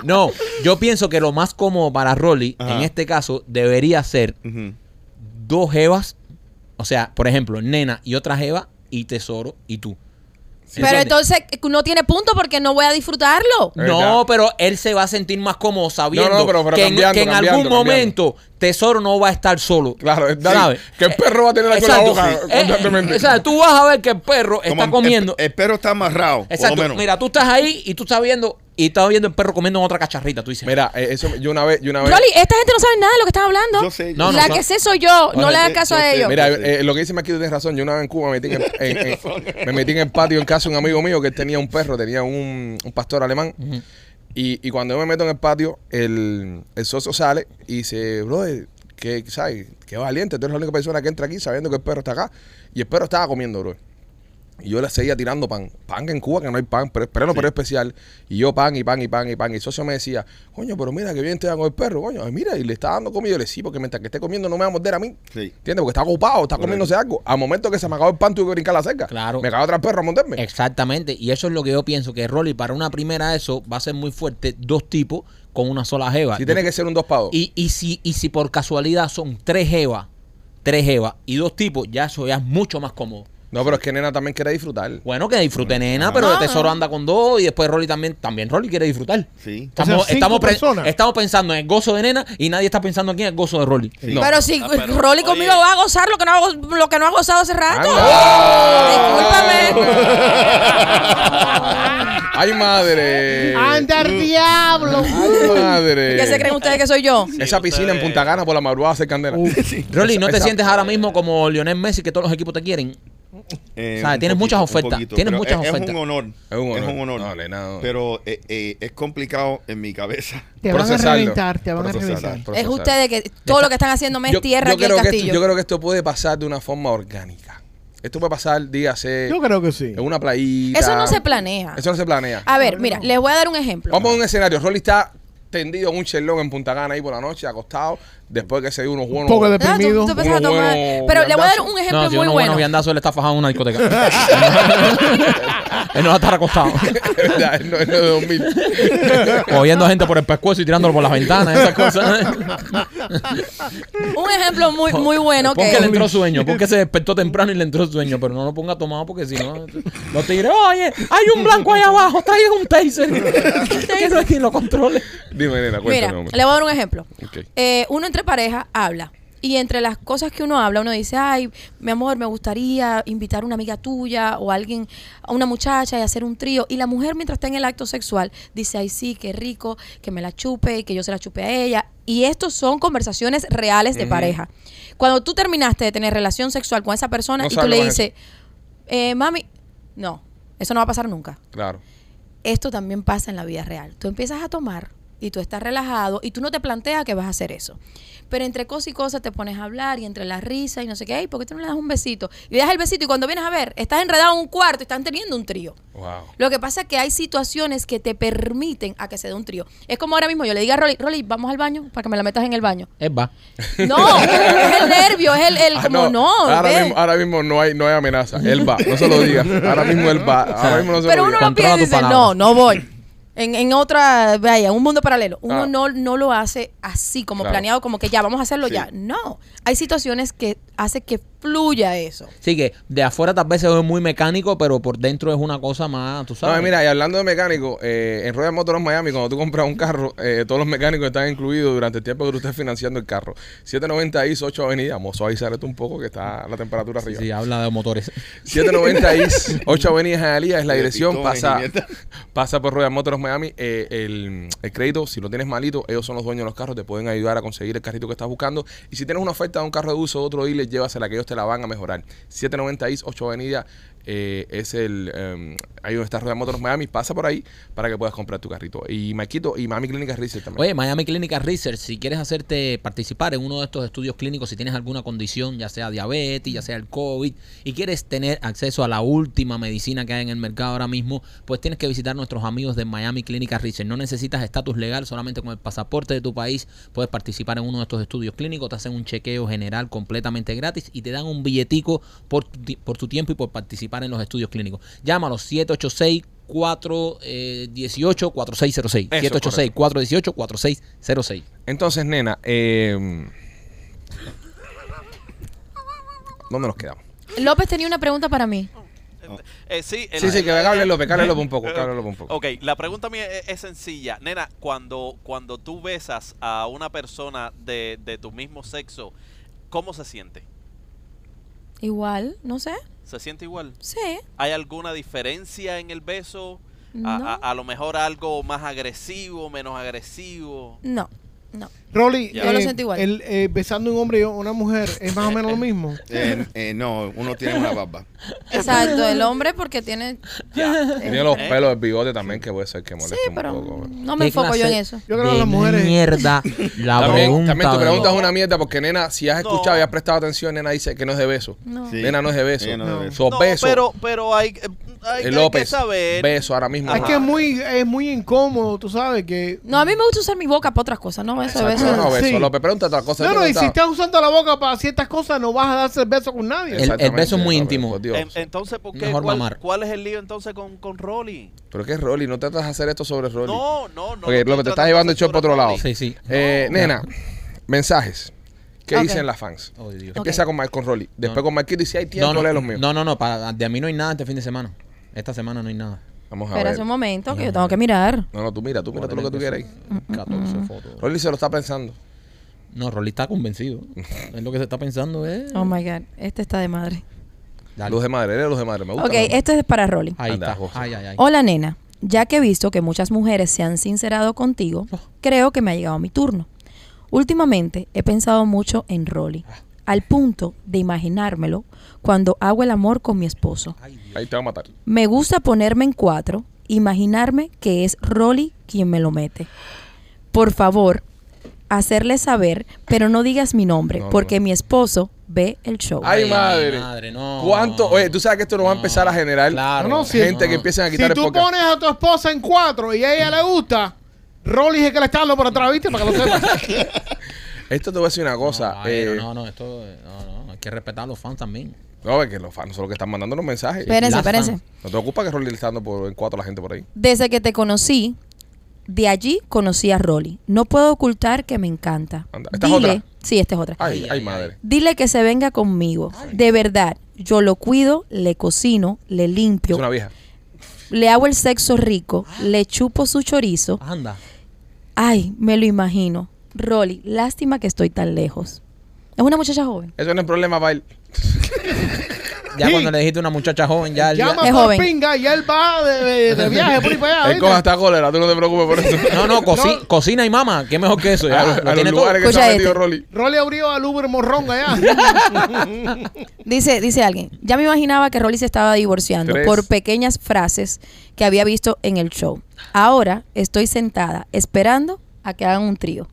no, yo pienso que lo más cómodo para Rolly,
Ajá.
en este caso, debería ser
Ujú.
dos jevas. O sea, por ejemplo, nena y otra jeva y tesoro y tú.
Pero
¿Entiendes?
entonces no tiene punto porque no voy a disfrutarlo.
¿Verdad?
No, pero él se va a sentir más cómodo sabiendo
Eh, No, no, pero- pero
que, en,
cambiando,
que en
cambiando,
algún
cambiando.
momento Tesoro no va a estar solo.
Claro, es-
¿Sabes?
que el perro va a tener aquí la
Eh, Exacto.
hoja
Eh,
constantemente.
eh, o sea, tú vas a ver que el perro
Como
está
el-
comiendo.
El, perro está amarrado. por lo
Exacto.
menos.
Mira, tú estás ahí y tú estás viendo y estás viendo el perro comiendo en otra cacharrita. Tú dices,
Mira, eh, eso yo una vez, yo una vez.
Rolly, esta gente no sabe nada de lo que están hablando.
Yo sé, yo
No,
sé.
no,
la
no.
que sé soy yo, no
Oye,
le hagas
yo-
caso
yo
a
sé,
ellos.
Mira,
Sí.
eh, lo que dice Maquito tiene razón. Yo una vez en Cuba me metí en, el- en- en- me metí en el patio en casa de un amigo mío que él tenía un perro, tenía un, un pastor alemán. y, y cuando yo me meto en el patio, el, el socio sale y dice, brother, que, ¿sabes? Qué valiente, tú eres la única persona que entra aquí sabiendo que el perro está acá. Y el perro estaba comiendo, bro. Y yo le seguía tirando pan. Pan en Cuba, que no hay pan, pero, pero, no, pero es especial. Y yo pan y pan y pan y pan. Y el socio me decía, coño, pero mira que bien te da con el perro, coño. Ay, mira, y le está dando comida. Yo le decía, porque mientras que esté comiendo no me va a morder a mí.
Sí.
¿Entiendes? Porque está ocupado, está comiéndose algo. Al momento que se me acabó el pan, tuve que brincar la cerca.
Claro.
Me acaba otro perro a morderme.
Exactamente, y eso es lo que yo pienso, que Rolly para una primera eso va a ser muy fuerte, dos tipos con una sola jeva.
Si tiene que ser un dos pavos.
Y, y si, y si por casualidad son tres jevas, tres jevas y dos tipos, ya eso ya es mucho más cómodo.
No, pero es que nena también quiere disfrutar.
Bueno, que disfrute, nena, pero
Ah.
Tesoro anda con dos y después Rolly también. También Rolly quiere disfrutar.
Sí.
Estamos,
O sea, cinco
estamos, pre-
personas.
estamos pensando en el gozo de nena y nadie está pensando aquí en el gozo de Rolly.
No.
Pero si
Ah, pero,
Rolly
oye.
conmigo va a gozar lo que no ha, go- lo que no ha gozado
Ah,
hace rato.
¡Anda!
Discúlpame.
¡Ay, madre!
Anda al diablo.
¡Ay, madre!
¿Qué se creen ustedes que soy yo?
Esa piscina en Punta Cana por la madrugada hace candela.
Rolly, ¿no te
Esa-
sientes ahora mismo como Lionel Messi que todos los equipos te quieren?
Eh,
O sea,
un
tienes muchas ofertas,
un
tienes
pero
muchas
es-
ofertas.
Es un honor. Es un honor.
No, nena, no.
Pero eh, eh, es complicado en mi cabeza.
Te van a
Procesarlo.
reventar, te van a
Procesarlo,
reventar.
Es
procesarlo.
ustedes que todo lo que están haciendo me es tierra aquí en
creo
el
que esto- yo
castillo.
creo que esto puede pasar de una forma orgánica. Esto puede pasar, dígase,
Yo creo que sí.
en una playita.
Eso no se planea. Ah,
Eso no se planea.
A ver, mira, les voy a dar un ejemplo.
Vamos a un escenario. Rolly está tendido en un chelón en Punta Cana ahí por la noche, acostado. después que se dio unos buenos.
poco
Ah, tú-
deprimido.
tú empiezas a
Uno
tomar-
bueno
Pero le voy a dar
viandazo.
un
No,
ejemplo
si
muy
uno
bueno.
bueno viandazo, él está fajado en una discoteca. él no va a estar acostado.
Es verdad, él no, él no es de dormir.
Cogiendo a gente por el pescuezo y tirándolo por las ventanas, esas cosas.
Un ejemplo muy, muy bueno que.
Porque le entró sueño, porque se despertó temprano y le entró sueño, pero no lo ponga tomado porque si no, lo tigres, oye, hay un blanco ahí abajo, traigan un taser. que no es quien lo controle.
Dime, nena,
Mira,
cuéntame. hombre.
le voy a dar un ejemplo.
Ok.
Eh, uno entre pareja habla. Y entre las cosas que uno habla, uno dice, ay, mi amor, me gustaría invitar a una amiga tuya o a alguien, a una muchacha y hacer un trío. Y la mujer mientras está en el acto sexual dice, ay, sí, qué rico, que me la chupe y que yo se la chupe a ella. Y estos son conversaciones reales de pareja. Cuando tú terminaste de tener relación sexual con esa persona
No
y tú
sabe
le
lo que es
dices, eh, mami, no, eso no va a pasar nunca
Claro.
esto también pasa en la vida real. Tú empiezas a tomar y tú estás relajado y tú no te planteas que vas a hacer eso. Pero entre cosa y cosa te pones a hablar y entre la risa y no sé qué, "Ey, ¿por qué tú no le das un besito? Y le das el besito y cuando vienes a ver, estás enredado en un cuarto y están teniendo un trío.
Wow.
Lo que pasa es que hay situaciones que te permiten a que se dé un trío. Es como ahora mismo yo le diga a Rolly, Rolly, vamos al baño para que me la metas en el baño.
Es va.
No, es el nervio, es el, el
Ah,
como no. ve.
ahora, mismo, ahora mismo no hay, no hay amenaza. Él va, no se lo diga. Ahora mismo él va. Ahora mismo no se
Pero
lo
uno
diga.
lo piensa
Controla
y
tus
dice, no,
palabras.
no voy. En, en otra, vaya, un mundo paralelo. Uno
Ah.
no, no lo hace así, como
Claro.
planeado, como que ya, vamos a hacerlo
Sí.
ya. No. Hay situaciones que hace que fluya eso.
Así que de afuera tal vez se ve muy mecánico, pero por dentro es una cosa más, tú sabes.
No, mira, y hablando de mecánico, eh, en Royal Motors Miami, cuando tú compras un carro, eh, todos los mecánicos están incluidos durante el tiempo que tú estés financiando el carro. 790 Is, 8 Avenida, mozo, ahí sale tú un poco que está la temperatura
Sí,
arriba.
sí, habla de motores.
790 Is, 8 Avenida Jalía es la
De
dirección.
pitones y
Pasa,
mierda.
pasa por Royal Motors Miami. eh, el, el crédito, si lo tienes malito, ellos son los dueños de los carros, te pueden ayudar a conseguir el carrito que estás buscando. Y si tienes una oferta de un carro de uso de otro dealer, llévasela que ellos te la van a mejorar. 790 Is, 8 Avenida eh, es el. em, ahí donde está Royal Motors Miami. Pasa por ahí para que puedas comprar tu carrito. Y Maquito y Miami Clínica Research también.
Oye, Miami Clinical Research, si quieres hacerte participar en uno de estos estudios clínicos, si tienes alguna condición, ya sea diabetes, ya sea el COVID, y quieres tener acceso a la última medicina que hay en el mercado ahora mismo, pues tienes que visitar nuestros amigos de Miami Clinical Research. No necesitas estatus legal, solamente con el pasaporte de tu país puedes participar en uno de estos estudios clínicos, te hacen un chequeo general completamente gratis y te dan un billetico por tu, ti- por tu tiempo y por participar en los estudios clínicos. Llámalos 786 eh, 418 4606
Eso,
786 418 4606
Entonces, nena, em, ¿dónde nos quedamos?
López tenía una pregunta para mí.
Eh, sí, el-
Sí, sí, que hable López, que hable López un poco,
Eh,
que hable López un poco.
Ok, la pregunta mía es, es sencilla. Nena, cuando, cuando tú besas a una persona de, de tu mismo sexo, ¿cómo se siente?
Igual, no sé.
¿Se siente igual?
Sí.
¿Hay alguna diferencia en el beso?
Ah,
A,
No.
a- a lo mejor algo más agresivo, menos agresivo.
No. No.
Rolly,
Ya. Yo
lo
eh,
siento igual.
el, eh, besando a un hombre y a una mujer es más o menos lo mismo.
Eh, eh, no, uno tiene una barba.
Exacto. El hombre porque tiene.
Ya.
Tiene los
¿Eh?
pelos, el bigote también, que puede ser que moleste
Sí, pero
un poco.
no me
¿Qué
enfoco yo en
clase
eso.
Yo creo que
de
las mujeres-
Mierda, la
También,
pregunta.
también tu
de-
pregunta es una mierda, porque nena, si has
No.
escuchado y has prestado atención, nena dice que no es de beso.
No.
Sí.
Nena no es de beso.
Ella no es de
No.
beso.
So,
No,
beso,
pero, pero hay, eh, hay-
eh,
hay
López,
que saber.
beso ahora mismo.
Ajá.
Es que es muy, es muy incómodo, tú sabes que...
No, a mí me gusta usar mi boca para otras cosas, no eso,
Exacto,
eso.
no, no, beso.
Sí.
López, pregunta otra cosa.
No,
tú
no, y si
sabes.
estás usando la boca para ciertas cosas, no vas a darse el beso con nadie.
El-
Exactamente,
beso es muy
López,
íntimo.
por Dios.
En- entonces, ¿por qué?
Mejor
¿Cuál,
mamar.
cuál es el lío entonces con, con Rolly?
pero es que es Rolly, no tratas de hacer esto sobre Rolly.
No, no, no.
Ok,
no
López, te
estoy
estás llevando
tratando
el show para
sobre
otro lado.
Sí,
Rolly.
sí.
Eh, Nena, mensajes. ¿Qué
Ok.
dicen las fans?
Oh, Dios.
Empieza con, Mar- con Rolly, después
No.
con Marquito y si hay tiempo,
No, no,
lee los míos.
no, no, no, para, de a mí no hay nada este fin de semana. Esta semana no hay nada.
Vamos a
Espera
ver.
un momento que yo tengo que mirar.
No, no, tú mira, tú mira todo lo que tú quieras ahí.
Mm,
14 fotos.
Rolly se lo está pensando.
No, Rolly está convencido. es lo que se está pensando es.
Oh my God, este está de madre.
Dale.
Los de madre, eres los de madre, me gusta.
Ok,
me gusta.
esto es para Rolly.
Ahí
Anda,
está.
José.
Ay, ay, ay.
Hola nena, ya que he visto que muchas mujeres se han sincerado contigo,
Oh.
creo que me ha llegado mi turno. Últimamente he pensado mucho en Rolly,
Ah.
al punto de imaginármelo cuando hago el amor con mi esposo.
Ahí te va a matar.
Me gusta ponerme en cuatro, imaginarme que es Rolly quien me lo mete. Por favor, hacerle saber, pero no digas mi nombre,
No,
porque
no.
mi esposo ve el show.
Ay,
Ay,
madre.
madre, no.
¿Cuánto? Oye, tú sabes que esto nos va a empezar a generar
Claro.
No, no, sí.
gente que
No.
empiezan a
Si
quitar el
tú
podcast.
pones a tu esposa en cuatro y a ella le gusta, Rolly es el que le está dando por atrás, ¿viste? Para que lo sepas.
Esto te voy a decir una cosa.
no,
No,
Jairo, no, no, esto, eh, no, no, hay que respetar a los fans también.
no, es que los fans son los que están mandando los mensajes.
Espérense,
Las fans.
espérense.
No te ocupa que Rolly le está dando por en cuatro a la gente por ahí.
Desde que te conocí, de allí conocí a Rolly. No puedo ocultar que me encanta.
Anda, ¿esta es otra?
Sí, esta es otra.
Ay,
Ay, ay,
ay,
madre.
Dile que se venga conmigo. De verdad, yo lo cuido, le cocino, le limpio,
Es una vieja.
le hago el sexo rico, le chupo su chorizo.
Anda.
Ay, me lo imagino. Rolly, lástima que estoy tan lejos. Es una muchacha joven.
Eso no es problema, Bail.
Ya
Sí.
cuando le dijiste a una muchacha joven, ya. ya-
Llama
Es
por
joven.
pinga y él va de, de- de viaje por ahí para allá.
Él coja hasta cólera, tú no te preocupes por eso. Ah,
No, no, coci- cocina y mama. ¿Qué mejor que eso? Ya,
a,
lo
a
tiene
los
todo.
lugares que se
Escucha
ha metido
este.
Rolly.
Rolly abrió al Uber morrón allá.
Dice, dice alguien, ya me imaginaba que Rolly se estaba divorciando
Tres.
por pequeñas frases que había visto en el show. Ahora estoy sentada esperando a que hagan un trío.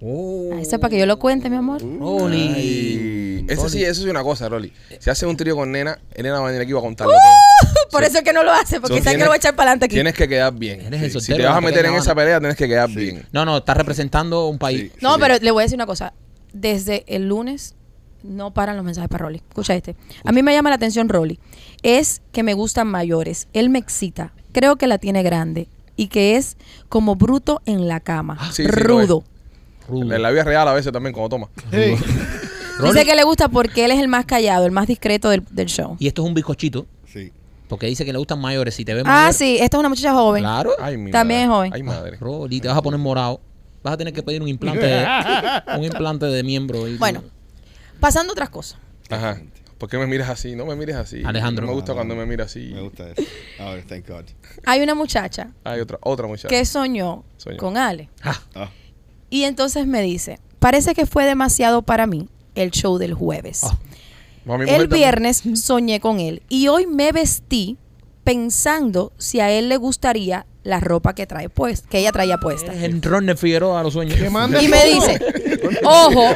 Oh,
Ah, Eso es para que yo lo cuente, mi amor.
Uh,
Rolly.
Y eso sí, eso sí es una cosa, Rolly. Si haces un trío con Nena, Nena va a venir aquí y va a contarlo
¡Uh!
Por eso es que no lo hace,
todo.
porque
So,
sabe que
tienes-
lo voy a echar para adelante aquí.
Tienes que quedar bien.
Eres el
Sí, Si
soltero de
te
la
vas a meter en
pequeña
esa
Habana.
pelea, tienes que quedar bien.
No, no, está representando un país.
No, pero le voy a decir una cosa. Desde el lunes no paran los mensajes para Rolly. Escucha este. A mí me llama la atención Rolly. Es que me gustan mayores. Él me excita. Creo que la tiene grande. Y que es como bruto en la cama.
Ah, Sí, sí, lo es.
rudo.
Rudo.
En la vida real a veces también cuando toma.
Uh.
Sí.
Rolly.
Dice que le gusta porque él es el más callado, el más discreto del, del show.
Y esto es un bizcochito,
Sí.
porque dice que le gustan mayores. Si te ven
Ah,
mayor,
sí. Esta es una muchacha joven.
Claro.
Ay, mi
También
madre.
es joven.
Ay, madre.
Rolly, te vas a poner morado. Vas a tener que pedir un implante de, un implante de miembro. ahí.
Bueno, pasando a otras cosas.
Ajá. ¿Por qué me miras así? No me mires así.
Alejandro.
No me gusta cuando me miras así.
Me gusta eso. Ahora, thank God.
Hay una muchacha
Hay otra, otra muchacha.
que soñó
Soñó.
con Ale.
Ah,
Ah,
Y entonces me dice, parece que fue demasiado para mí el show del jueves.
Ah.
No, mi mujer
El
también.
viernes soñé con él y hoy me vestí pensando si a él le gustaría la ropa que trae pues, que ella traía puesta.
eres este el Ron de Figueroa a los sueños.
Que manda
Y me dice, ojo,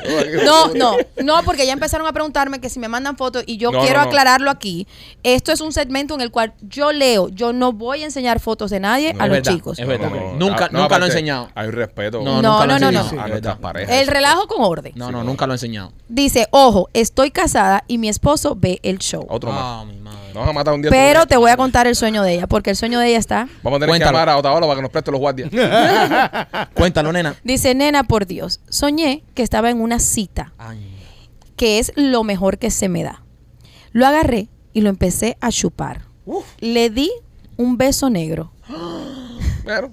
no, no, no, porque ya empezaron a preguntarme que si me mandan fotos y yo
No,
quiero
no, no.
aclararlo aquí. Esto es un segmento en el cual yo leo, yo no voy a enseñar fotos de nadie
No, ah,
a
es
los
verdad,
chicos.
es verdad. Nunca- nunca lo he
aparte,
enseñado.
Hay un respeto.
No,
No,
nunca lo he
no, no,
enseñado.
no.
A
Es
nuestras
verdad.
parejas.
El relajo con orden.
No, no, nunca lo he enseñado.
Dice, ojo, estoy casada y mi esposo ve el show.
Otro más.
Ah, mi madre.
Nos vamos a matar un día.
Pero
todo.
te voy a contar el sueño de ella, porque el sueño de ella está.
Vamos a tener
Cuéntalo.
que llamar a Otavalo para que nos preste los guardias.
Cuéntalo, nena.
Dice, nena, por Dios, soñé que estaba en una cita, que es lo mejor que se me da. Lo agarré y lo empecé a chupar. Le di un beso negro,
Pero,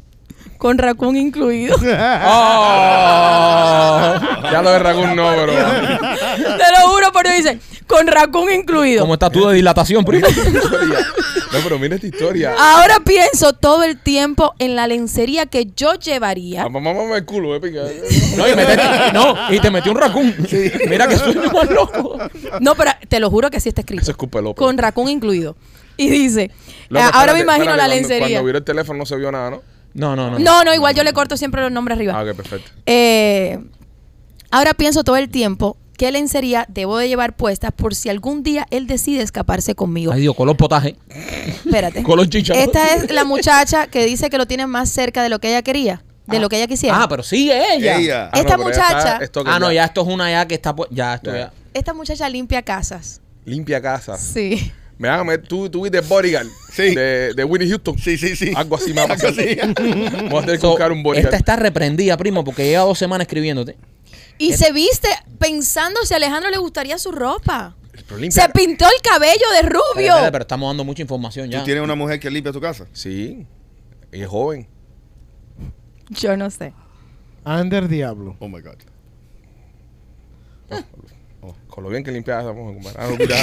con racún incluido. Oh.
ya lo de Raccoon no, pero.
Te lo juro, por Dios, dice, con racún incluido.
¿Cómo estás tú de dilatación, primo?
historia. No, pero mira esta historia.
Ahora pienso todo el tiempo en la lencería que yo llevaría.
Mamá, mamá, el culo, eh, pica.
No, y, metete- no, y te metió un racún. Mira que sueño más loco.
No, pero te lo juro que así está
Eso
escrito.
es culpa de López.
Con racún incluido. Y dice,
López,
"Ah, ahora me
espérate,
imagino
espérate,
la
cuando-
lencería.
Cuando vio el teléfono no se vio nada, ¿no?
No, no, no.
No, no, igual yo le corto siempre los nombres arriba.
Ah, ok, perfecto.
Eh, ahora pienso todo el tiempo qué lencería debo de llevar puesta por si algún día él decide escaparse conmigo.
Ay, Dios, color potaje.
Espérate.
Color chícharo.
Esta es la muchacha que dice que lo tiene más cerca de lo que ella quería, de lo que ella quisiera.
Ah, pero sí, ella.
Ella.
Esta
Ah, pero ya está,
muchacha-
esto que
Ah, no, ya esto es una ya que está. pu- Ya, esto
Ya.
ya.
Esta muchacha limpia casas.
Limpia
Ah.
casa.
Sí.
Me van a meter. Tú, tú viste Bodyguard
Sí.
de, de Winnie Houston.
Sí, sí, sí.
Algo así me va a pasar.
así.
Vamos a tener que
So,
buscar un Bodyguard.
esta está reprendida, primo, porque lleva dos semanas escribiéndote.
Y se viste pensando si a Alejandro le gustaría su ropa.
Pero limpia
Se
ca-
pintó el cabello de
Espérate, espérate,
rubio.
pero estamos dando mucha información ya.
¿Tú tienes una mujer que limpia tu casa?
Sí. Y es joven.
Yo no sé.
Under Diablo.
Oh, my God.
Con lo bien que limpiaba esa mujer, compadre. Ah, no, mira.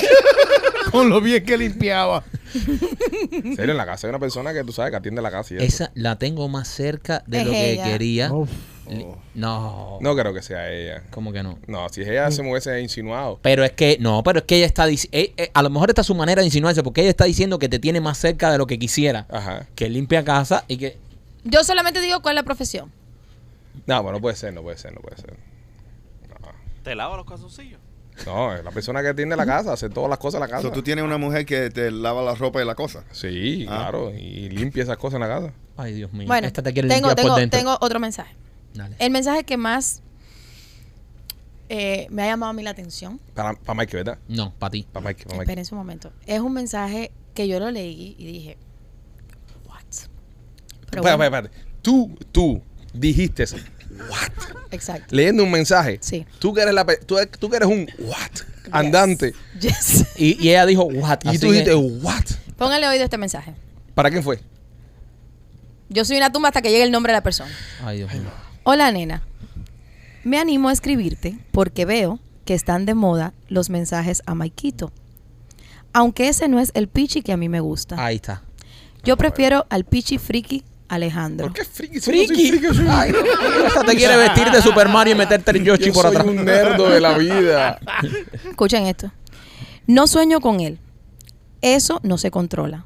Con lo bien que limpiaba.
En serio, en la casa hay una persona que tú sabes que atiende la casa y eso.
Esa la tengo más cerca de
Es
lo que
ella.
quería.
Uf.
Li- No.
No creo que sea ella.
¿Cómo que no?
No, si es ella se me hubiese insinuado.
Pero es que, no, pero es que ella está dic- eh, eh, a lo mejor esta es su manera de insinuarse, porque ella está diciendo que te tiene más cerca de lo que quisiera.
Ajá.
Que limpia casa y que.
Yo solamente digo cuál es la profesión.
No, bueno, no puede ser, no puede ser, no puede ser.
Te lava los calzoncillos.
No, es la persona que atiende la casa, hace todas las cosas en la casa.
So, tú tienes una mujer que te lava la ropa y la cosa.
Sí,
Ah.
claro, y limpia esas cosas en la casa.
Ay, Dios mío.
Bueno,
esta te quiere
tengo,
limpiar por
tengo,
dentro.
tengo otro mensaje.
Dale.
El mensaje que más eh, me ha llamado a mí la atención.
Para, para Mike, ¿verdad?
No, para ti.
Ah.
Para Mike, para Mike.
Esperen un momento. Es un mensaje que yo lo leí y dije, what?
Espérate,
Pero bueno,
espérate, espérate. Tú, tú dijiste eso.
Exacto.
Leyendo un mensaje.
Sí.
Tú que eres, la, pe- tú, tú que eres un what andante.
Yes.
Y, y ella dijo, what?
Y Ah, tú
así
dijiste
que-
what.
Póngale oído a este mensaje.
¿Para quién fue?
Yo soy una tumba hasta que llegue el nombre de la persona.
"Oh".
Ay, Dios mío.
Hola, nena. Me animo a escribirte porque veo que están de moda los mensajes a Maikito. Aunque ese no es el pichi que a mí me gusta.
Ahí está.
Yo prefiero al pichi friki Alejandro.
¿Por qué friki? Si yo no soy friki, yo soy un-
Hasta te quiere vestir de Super Mario y meterte el Yoshi
yo
por
soy
atrás.
un nerdo de la vida.
Escuchen esto. No sueño con él. Eso no se controla.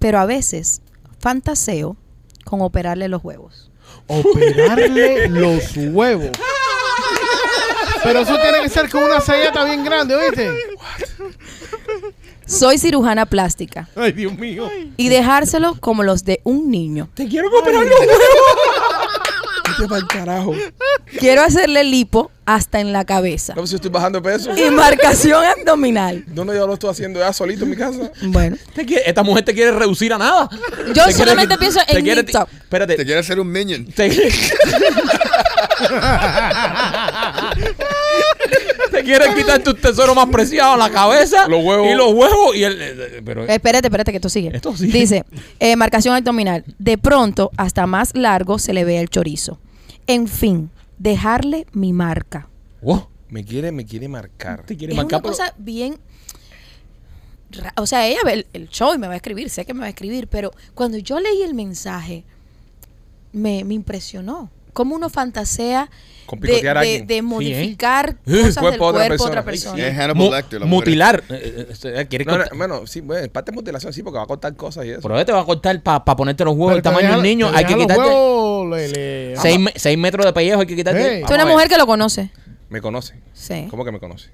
Pero a veces fantaseo con operarle los huevos.
Operarle los huevos. Pero eso tiene que ser con una selleta bien grande, ¿oíste?
Soy cirujana plástica.
Ay, Dios mío.
Y dejárselo como los de un niño.
Te quiero comprar los huevos. Vete para el carajo. No,
Quiero hacerle lipo hasta en la cabeza.
pues yo estoy bajando de peso.
Y marcación abdominal.
No, no, yo lo estoy haciendo ya solito en mi casa.
Bueno.
Te quiere- esta mujer te quiere reducir a nada. Te
Yo
quiere-
solamente pienso
te
en
quiere-
TikTok.
Espérate.
Te quiere hacer un minion.
Te, te quieren quitar tu tesoro más preciado, la cabeza
Los huevos.
y los huevos. Y el, eh, eh, pero
Espérate, espérate, que esto sigue.
Esto sigue.
Dice, eh, marcación abdominal. De pronto, hasta más largo se le ve el chorizo. En fin, dejarle mi marca.
Wow,
Me quiere, me quiere marcar.
te quiere
Es
marcar,
una
pero-
cosa bien... ra- O sea, ella ve el, el show y me va a escribir, sé que me va a escribir, pero cuando yo leí el mensaje, me, me impresionó. Cómo uno fantasea
Con
de,
picotear a
de-
alguien.
de
Sí, ¿eh?
modificar
Eh,
cosas
cuerpo
del
a otra
cuerpo a otra
persona.
persona.
Ay,
Es Hannibal
Mu-
Lecter, la mujer.
mutilar. Eh, eh, eh, eh, quiere
No, no,
cortar-
bueno, sí, bueno, en parte es mutilación, sí, porque va a cortar cosas y eso.
Pero te va a cortar para ponerte los huevos
Pero
el
te
tamaño
deja-
del niño.
te
Hay que
deja los
quitarte
huevos, le- le-
seis, me- seis metros de pellejo. Hay que quitarte.
Ey.
Es una
Vamos a
mujer que lo conoce.
Me conoce.
Sí.
¿Cómo que me conoce?
¿Eh?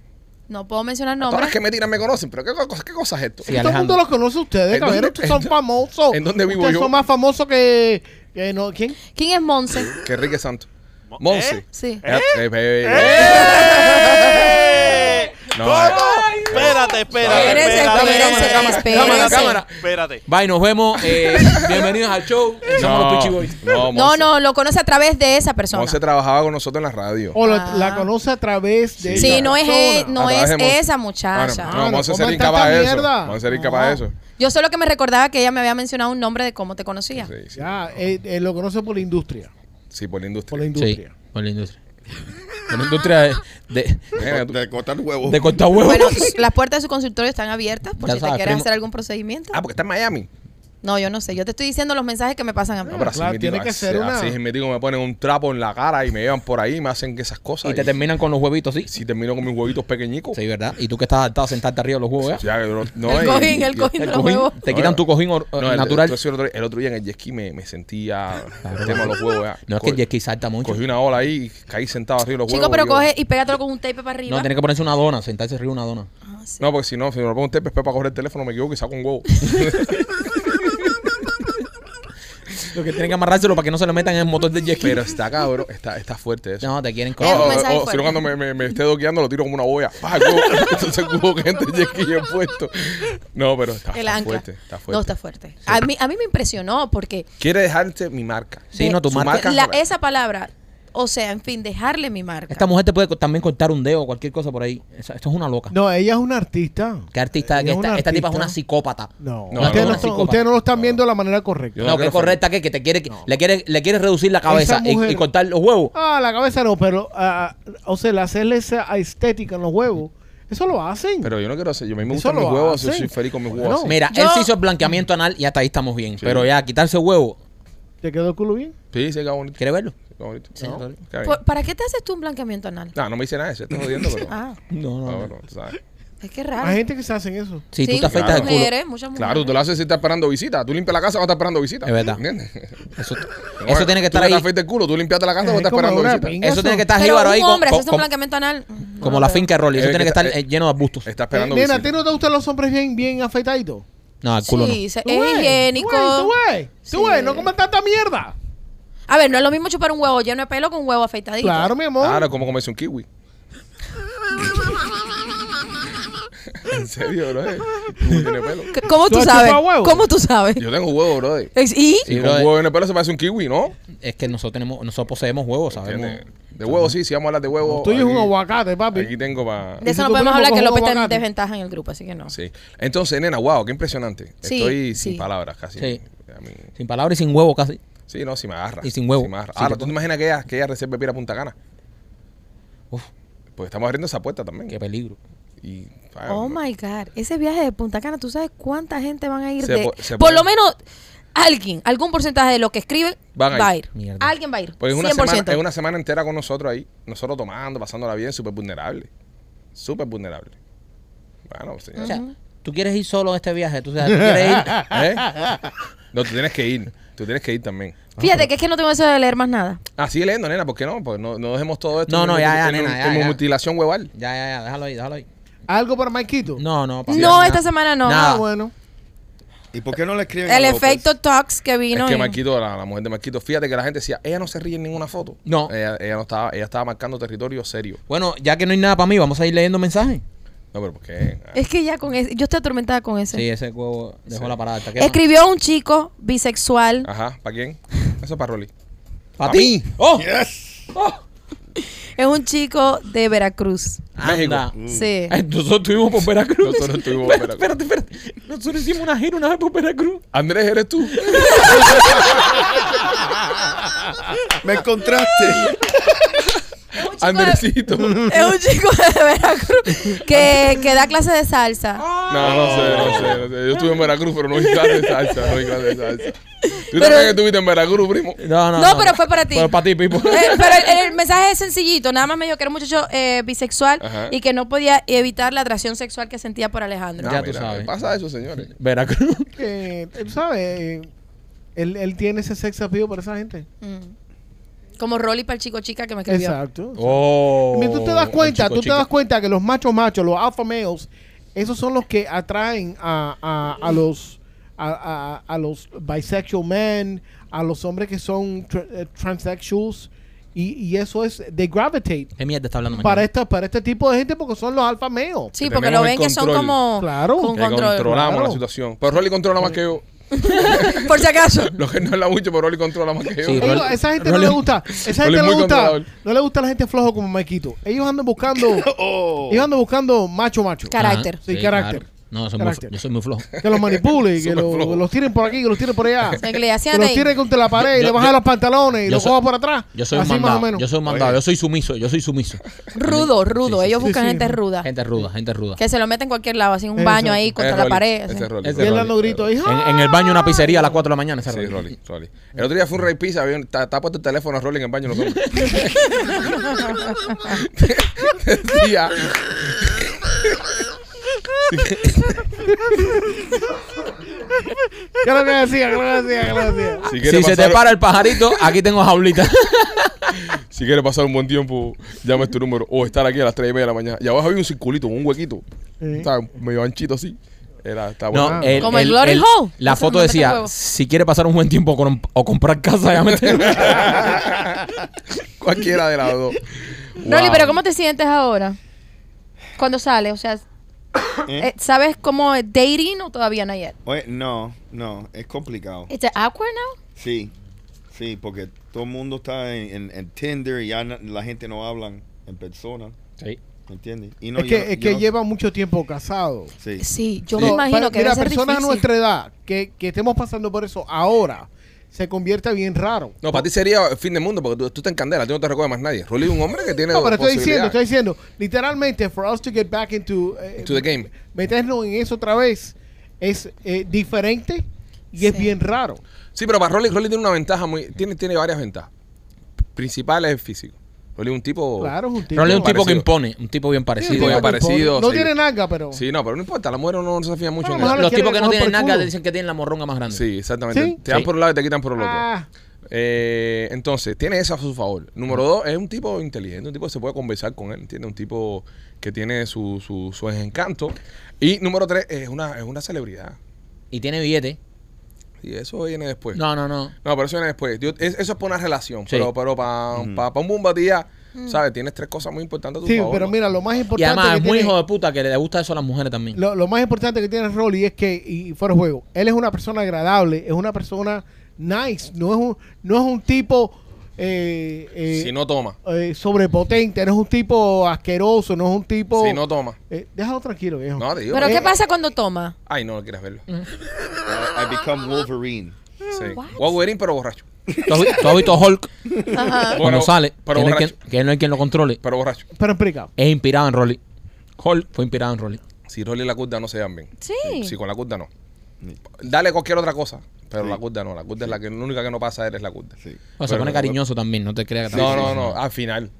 No puedo mencionar
Todas
nombres.
las que me tiran me conocen, pero ¿qué, cosa- qué cosa es esto?
Sí,
Todo el mundo
Alejandro.
los conoce a ustedes,
¿En
cabrón.
dónde-
Ustedes son
en-
famosos.
en dónde vivo
ustedes
yo?
son más famosos que... que no, ¿Quién?
¿Quién es Monse?
Que Enrique Santos.
Mo-
Monse.
¿Eh?
Sí.
Eh, eh, eh,
¡Eh!
No,
¿Cómo?
eh.
Espérate, espérate.
Espérese,
espérate,
espérese,
cámara,
espérese.
cámara,
Cámara.
Espérate.
Bye, nos vemos. eh, bienvenidos al show. Somos los Pichi Boys.
no,
No,
Monse.
no, lo conoce a través de esa persona.
Monse trabajaba con nosotros en la radio.
O lo-
Ah.
la conoce a través de...
Sí,
esa
no es,
persona.
él, no
A
es
través de Monse.
esa
Ah, no,
muchacha.
no,
Claro,
Monse
¿cómo
sería
está
incapaz
esta
de eso.
mierda?
Monse era incapaz de
No.
eso.
Yo solo que me recordaba que ella me había mencionado un nombre de cómo te conocía.
Sí, sí.
Ya, él, él lo conoce por la industria.
Sí, por la industria.
Por la
Sí, Ah.
industria.
por la industria. Por la industria de, de,
Mira, tú-
De cortar huevos.
de cortar huevos.
Bueno, las puertas de su consultorio están abiertas por
Ya
si te
sabes,
quieres
primo.
hacer algún procedimiento.
Ah, porque está en Miami.
No, yo no sé. Yo te estoy diciendo los mensajes que me pasan a mí.
No, pero así
Ah, claro,
me
tiene que ser una-
Así es, me digo, me ponen un trapo en la cara y me llevan por ahí y me hacen que esas cosas.
y te terminan con los huevitos, sí.
Si termino con mis huevitos pequeñicos.
Sí, ¿verdad? Y tú que estás adaptado a sentarte arriba de los huevos, ¿ya?
Ya, yo no- no,
El
y-
cojín, el
y-
cojín.
El
Los
cojín,
huevos.
te quitan tu cojín or-
No, el-
natural.
El, el otro, el otro día en el jet ski me, me sentía el tema de los huevos. ya.
no es que el
Co-
jet ski salta mucho.
Cogí una ola ahí y caí sentado arriba de los
Chico,
huevos.
pero
yo-
coge y pégatelo con un tape para arriba.
No, tiene que ponerse una dona, sentarse arriba de una dona.
Ah, sí.
No, porque si no, si me lo pongo un tepe, para coger el teléfono, me equivoco y saco un huevo.
Lo que tienen que amarrárselo para que no se le metan en el motor del jet ski.
pero está cabrón, está, está fuerte eso.
No, te quieren
No,
Es un
coger.
o-
mensaje
o, si no,
fuerte.
cuando me, me, me esté doqueando, lo tiro como una boya. ¡Pah! el huevo. Entonces el huevo que entra el jet ski es puesto. No, pero está,
El
está
ancla.
fuerte. Está fuerte.
No, está fuerte. A, mí, a mí me impresionó porque
Quiere dejarte mi marca.
Sí, no, tu
Su
marca.
marca.
la- esa palabra, o sea, en fin, dejarle mi marca.
Esta mujer te puede co- también cortar un dedo o cualquier cosa por ahí. Esa- Esto es una loca.
No, ella es una artista.
¿Qué artista?
Ella
que
es
esta,
una
esta tipa es
artista.
una psicópata.
No,
No,
no,
ustedes, no
no.
están- ustedes no lo están viendo de la manera correcta.
Yo
No,
no
que
creo
correcta que, que te quiere, le quiere, le quiere reducir la
Esa
cabeza y,
mujer-
y cortar los huevos.
Ah, la cabeza no, pero, ah, o sea, el hacerle esa estética en los huevos, eso lo hacen.
Pero yo no quiero hacer. Yo a mí me
Eso
gustan mis
lo
huevos. Yo
hacen.
soy feliz con mis
No.
huevos. así.
Mira,
Yo-
él se hizo el blanqueamiento anal y hasta ahí estamos bien. Pero ya, quitarse huevo,
¿Te quedó el culo bien?
Sí, sí, queda bonito.
¿quiere verlo?
Queda bonito.
No.
No, queda bien.
Por- ¿Para qué te haces tú un blanqueamiento anal?
No, no me hice nada de eso. Estoy jodiendo, pero.
Ah,
No,
No,
no, no.
bueno, tú sabes.
es que raro.
Hay gente que se hacen eso.
Si tú
Sí,
te afectas
muchas
el culo.
mujeres, muchas mujeres.
Claro, tú lo haces si estás esperando visita. Tú limpias la casa, vas a estar esperando visita.
Es verdad.
¿Entiendes?
Eso, eso
Bueno,
tiene que estar
tú
ahí.
Tú el culo, tú limpiaste la casa,
Es
vas a estar
como
esperando
una
visita.
pinga.
Eso tiene que estar
Pero
jíbaro ahí
un
con-
hombre
con-
se hace un
con-
blanqueamiento anal.
como la finca de Rolly. Eso
Eh,
tiene que
que
estar
está-
eh, lleno de arbustos.
Está
Eh,
esperando
nena, ¿a ti
visita.
no te gustan los hombres bien, bien afeitaditos?
No, el culo
Sí, se-
Tú ves,
es higiénico.
Tú ves, tú ves, tú
Sí.
ves, no comas tanta mierda.
A ver, no es lo mismo chupar un huevo lleno de pelo con un huevo afeitadito.
Claro, mi amor.
Claro, como comerse un kiwi. En serio, bro. Uy, tiene pelo.
C- ¿Cómo
¿Tú
tú
has
sabes?
chupado huevo?
¿Cómo tú sabes?
Yo tengo huevo, bro. Si
Es- ¿Y?
con
bro. eh.
huevo en el pelo se parece un kiwi, ¿no?
Es que nosotros tenemos, nosotros poseemos huevos, sabemos.
De, de huevo, sí, si vamos a hablar de huevo.
Tú eres un
aquí-
aguacate, papi.
Aquí tengo para.
De
¿Y si
eso no
tú
podemos
pones
hablar,
mocoso
que López está en
aguacate?
desventaja en el grupo, así que no.
Sí. Entonces, nena, wow, qué impresionante.
Sí,
Estoy
sí.
sin palabras casi.
Sí.
A mí-
Sin palabras y sin huevo casi.
Sí, no, si me agarra.
Y sin huevo.
Si me agarra.
Sí, te
Ahora, ¿tú
cojo.
te imaginas que ella, que ella reserve pira Punta Cana?
Uf.
Pues estamos abriendo esa puerta también.
Qué peligro.
Y, ah,
Oh my God. Ese viaje de Punta Cana, ¿tú sabes cuánta gente van a ir
Se
de.?
po- se
Por
puede-
lo menos alguien, algún porcentaje de los que escriben
Van a
va a
ir.
ir.
Mierda.
Alguien va a ir.
Porque es una,
100%.
semana, es una semana entera con nosotros ahí. Nosotros tomando, pasándola bien, súper vulnerable. Súper vulnerable. Bueno, señor.
O sea, tú quieres ir solo a este viaje, tú, o sea, tú quieres ir.
¿Eh?
ah,
No, tú tienes que ir. Tú tienes que ir también.
Fíjate que es que no tengo eso de leer más nada.
Ah, sigue leyendo, nena, ¿por qué no? Pues no, no dejemos todo esto.
No,
en
no,
un-
ya, ya,
en un-
nena, ya,
en un
ya.
mutilación hueval.
Ya, ya, ya, déjalo ahí, déjalo ahí.
¿Algo para Maikito?
No, no, papi,
No,
nada.
esta semana no.
Ah,
Nada.
bueno.
¿Y por qué no le escriben
El
a López?
efecto tox que vino.
es que
en-
Marquito, la, la mujer de Marquito, fíjate que la gente decía, ella no se ríe en ninguna foto. Eh,
No.
Ella, ella no estaba, ella estaba marcando territorio serio.
Bueno, ya que no hay nada para mí, vamos a ir leyendo mensajes.
No, pero ¿por qué? Ah,
Es que ya con ese. Yo estoy atormentada con ese.
Sí, ese huevo dejó
Sí.
la parada. hasta que-
Escribió un chico bisexual.
Ajá, ¿para quién? Eso es para Rolly.
¿Para ti? ¡Oh! ¡Oh!
Es un chico de Veracruz.
México.
Anda.
Sí.
Ay, Nosotros estuvimos por Veracruz.
Nosotros estuvimos por Veracruz.
Espérate, espérate. Nosotros hicimos una gira una vez por Veracruz.
Andrés, ¿eres tú?
Me encontraste.
Es un chico de-
Andresito. No,
Es un chico de Veracruz que, que da clase de salsa.
no sé, no sé, no sé. Yo estuve en Veracruz, pero no hice clase de salsa. No hice clase de salsa. ¿Tú
Pero-
también estuviste en Veracruz, primo?
No,
No, pero fue para ti.
Pero para ti, Pipo.
Eh, pero el, el mensaje es sencillito. Nada más me dijo que era un muchacho eh, bisexual
Ajá.
y que no podía evitar la atracción sexual que sentía por Alejandro.
Ya
Ah,
tú sabes.
Pasa eso, señores.
Veracruz.
Eh, tú sabes, eh, él, él tiene ese sex appeal para esa gente.
Ah.
Mm. Como Rolly para el chico chica que me escribió.
Exacto.
Oh.
Mira, tú te das cuenta,
chico,
tú
chica.
te das cuenta que los machos machos, los alpha males, esos son los que atraen a, a, a los a, a- a los bisexual men, a los hombres que son tra- eh, transsexuals y, y eso es they gravitate
¿Qué mierda está hablando
para
mañana?
esta para este tipo de gente porque son los alpha males.
Sí,
Que
porque
tenemos
lo
el
ven que son
control.
como
Claro.
con
Que
control.
controlamos
Claro.
la situación. Pero Rolly controla más que yo.
Por si acaso.
Lo que no habla mucho, pero Rolly controla más que yo.
Sí,
Ellos-
Rolly-
esa gente
Rolly-
no le gusta, esa
Rolly es
gente no
muy
le gusta,
controlador.
no le gusta la gente flojo como Maikito. Ellos andan buscando,
Oh.
ellos andan buscando macho macho.
Cara- Carácter.
Sí, carácter.
Ah, claro. No, soy muy
Carácter.
flo- yo soy muy flojo.
Que los manipule, que
Súper
lo-
flojo.
los tiren por aquí, que los tiren por allá.
sea, que le hacían
Que los
ahí.
tire contra la pared y
Yo-
le baja
yo-
los pantalones y
yo
los
soy-
coja por atrás.
Yo soy un
Así más o
mandado.
menos.
Yo soy un mandado.
Oye.
Yo soy sumiso. Yo soy sumiso.
Rudo, rudo. Ellos
sí,
buscan
sí.
gente ruda.
Gente ruda, gente ruda.
Que se lo meten en cualquier lado, así en un
Eso.
baño ahí contra
Es
la
Rolly,
pared. así.
Ese es Rolly.
Ese
Y él dando gritos ahí.
En, en el baño
Ah.
de una pizzería a las 4 de la mañana. esa
Sí,
reunión.
Rolly, Rolly. El otro día fue un rape pizza, había un- ta- tapa tu teléfono a Rolly en el baño. nosotros. Decía-
¿Qué es lo que decía? ¿Qué es lo que decía? ¿Qué es lo que decía?
si
Si
quieres
se
pasar,
te para el pajarito, aquí tengo jaulita.
si quieres pasar un buen tiempo, llama este número. O estar aquí a las 3 y media de la mañana. Y abajo había un circulito, un huequito.
Sí.
¿sabes? Medio anchito así. Era, estaba
No, eh,
bueno.
el,
Como el Glory Hole.
La
Eso
foto
no mete
decía,
huevo.
si quiere pasar un buen tiempo con- o comprar casa, ya mete-
Cualquiera de las dos.
Rolly,
Wow.
pero ¿cómo te sientes ahora? Cuando sale, o sea, eh, ¿sabes cómo es dating o todavía no yet?
Oye, no, no, es complicado.
¿It's awkward now?
Sí, sí, porque todo el mundo está en, en- en Tinder y ya na- la gente no hablan en persona,
Sí.
¿me entiendes? Y no,
es
yo
que,
no-
es
yo
que
no-
lleva mucho tiempo casado.
Sí.
Sí, yo
No,
me imagino
para-
que
mira,
debe ser
personas
difícil.
a nuestra edad que, que estemos pasando por eso ahora se convierte bien raro.
No, para ti sería el fin del mundo porque tú, tú estás en candela, tú no te recuerdas más nadie. Rolly es un hombre que tiene.
No, pero estoy diciendo,
posibilidad.
estoy diciendo, literalmente, for us to get back into, eh,
To the game.
meternos en eso otra vez es eh, diferente y es
Sí.
bien raro.
Sí, pero para Rolly, Rolly tiene una ventaja muy. Tiene, tiene varias ventajas. Principal es el físico. Rolly es un tipo.
Claro, es un tipo.
Rolly es un tipo que
Parecido.
impone, un tipo bien
Sí,
Sí,
parecido.
bien
un tipo que impone.
parecido,
No
sí.
tiene nalga, pero.
Sí, no, pero no importa, la mujer no, no se fía mucho en
Bueno, ojalá
eso.
Los
quiere
tipos que no
coger
tienen
por
nalga
culo.
le dicen que tienen la morronga más grande.
Sí, exactamente.
Sí.
Te dan
Sí.
por un lado y te quitan por el otro.
Ah,
Eh, entonces, tiene eso a su favor. Número dos, es un tipo inteligente, un tipo que se puede conversar con él, ¿entiendes? Un tipo que tiene su, su, su encanto. Y número tres, es una, es una celebridad.
Y tiene billete.
Y eso viene después.
No, no, no.
No, pero eso viene después. Yo- es- eso es para una relación.
Sí.
Pero, pero para, para, un bumbatía
Mm.
¿Sabes? Tienes tres cosas muy importantes a tu
Sí,
favor.
pero
¿no?
mira, lo más
Y
importante.
además
que
es muy
tiene-
hijo de puta que le gusta eso a las mujeres también.
Lo, lo más importante que tiene Rolly es que, y fuera de juego, él es una persona agradable, es una persona nice, no es un, no es un tipo eh, eh,
Si no toma.
eh, sobrepotente, no es un tipo asqueroso, no es un tipo...
Si no toma.
Eh, déjalo tranquilo, viejo.
No, te digo.
Pero
eh,
¿qué pasa cuando toma?
Ay, no, no quieras verlo.
Mm.
I, I become Wolverine.
Sí.
Mm, what?
Wolverine, pero borracho.
¿Tú has, vi- tú has visto Hulk
Ajá.
cuando
Bueno,
sale? que,
pero
no hay
borracho.
quien, que no hay quien lo controle.
Pero borracho.
Pero explica.
Es inspirado en Rolly. Hulk fue inspirado en Rolly.
Si Rolly y la curda no se dan bien.
Sí.
Si con la curda no. Dale cualquier otra cosa. Pero la curda no. La curda es la que la única que no pasa eres la curda.
Sí.
O se
Pero
pone
no-
cariñoso también, no te creas que
No,
tampoco.
no, no. Al final.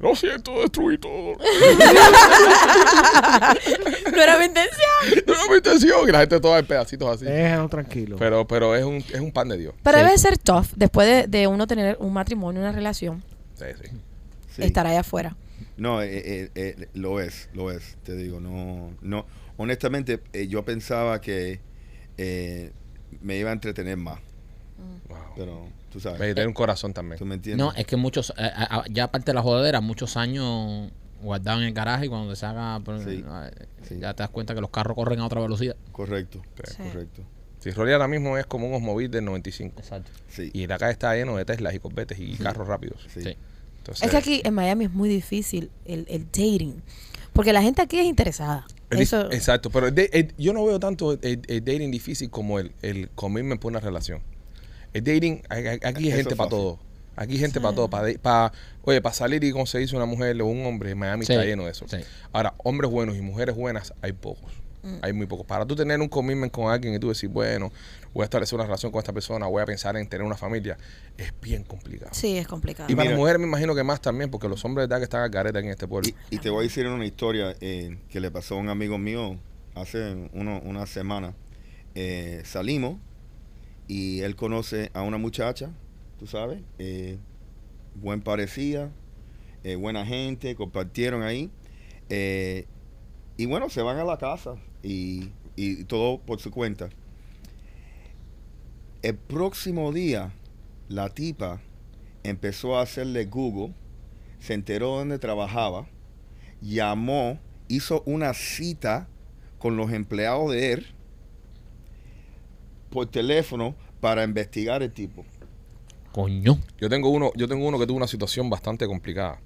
Lo siento, destruí todo.
No era mi intención.
no era mi intención. Y la gente toda en pedacitos así.
Déjalo tranquilo.
Pero, pero es un, es un pan de Dios.
Pero
Sí.
debe ser tough después de, de uno tener un matrimonio, una relación,
Sí, sí.
Sí.
estar allá afuera.
No, eh, eh, eh, lo es, lo es, te digo, no, no. Honestamente, eh, yo pensaba que eh, me iba a entretener más,
Wow.
pero tú
Ve,
sabes,
Tiene un corazón también.
tú me entiendes.
No, es que muchos, eh, a- a- ya aparte de la jodadera, muchos años guardados en el garaje y cuando se haga, pues,
Sí,
eh,
sí.
ya te das cuenta que los carros corren a otra velocidad.
Correcto,
Sí.
correcto.
Si Rolly ahora mismo es como un Osmobil del 95.
Exacto.
Sí,
Y la calle está lleno de Teslas y corbetes y carros rápidos.
sí.
Sí.
Entonces,
Es que aquí en Miami es muy difícil el, el dating. Porque la gente aquí es interesada.
El di-
Eso,
Exacto, pero el de- el- yo no veo tanto el, el- el dating difícil como el, el commitment por una relación. El dating, a- a- aquí hay
Eso
gente
es
para
fácil.
todo. Aquí hay gente para todo. Para, para, oye, para salir y conseguirse una mujer o un hombre, Miami
Sí,
está lleno de eso.
sí.
Ahora, hombres buenos y mujeres buenas, hay pocos. Hay muy pocos. Para tú tener un commitment con alguien y tú decir, bueno, voy a establecer una relación con esta persona, voy a pensar en tener una familia, es bien complicado.
sí, es complicado.
Y para
Mira.
las mujeres me imagino que más también, porque los hombres de verdad que están a careta aquí en este pueblo.
Y, y te voy a decir una historia eh, que le pasó a un amigo mío hace uno- una semana. Eh, salimos y él conoce a una muchacha, tú sabes, eh, buen parecida, eh, buena gente, compartieron ahí. eh, y bueno, se van a la casa y, y todo por su cuenta. El próximo día, la tipa empezó a hacerle Google, se enteró dónde trabajaba, llamó, hizo una cita con los empleados de él por teléfono para investigar el tipo.
Coño.
Yo tengo uno, yo tengo uno que tuvo una situación bastante complicada.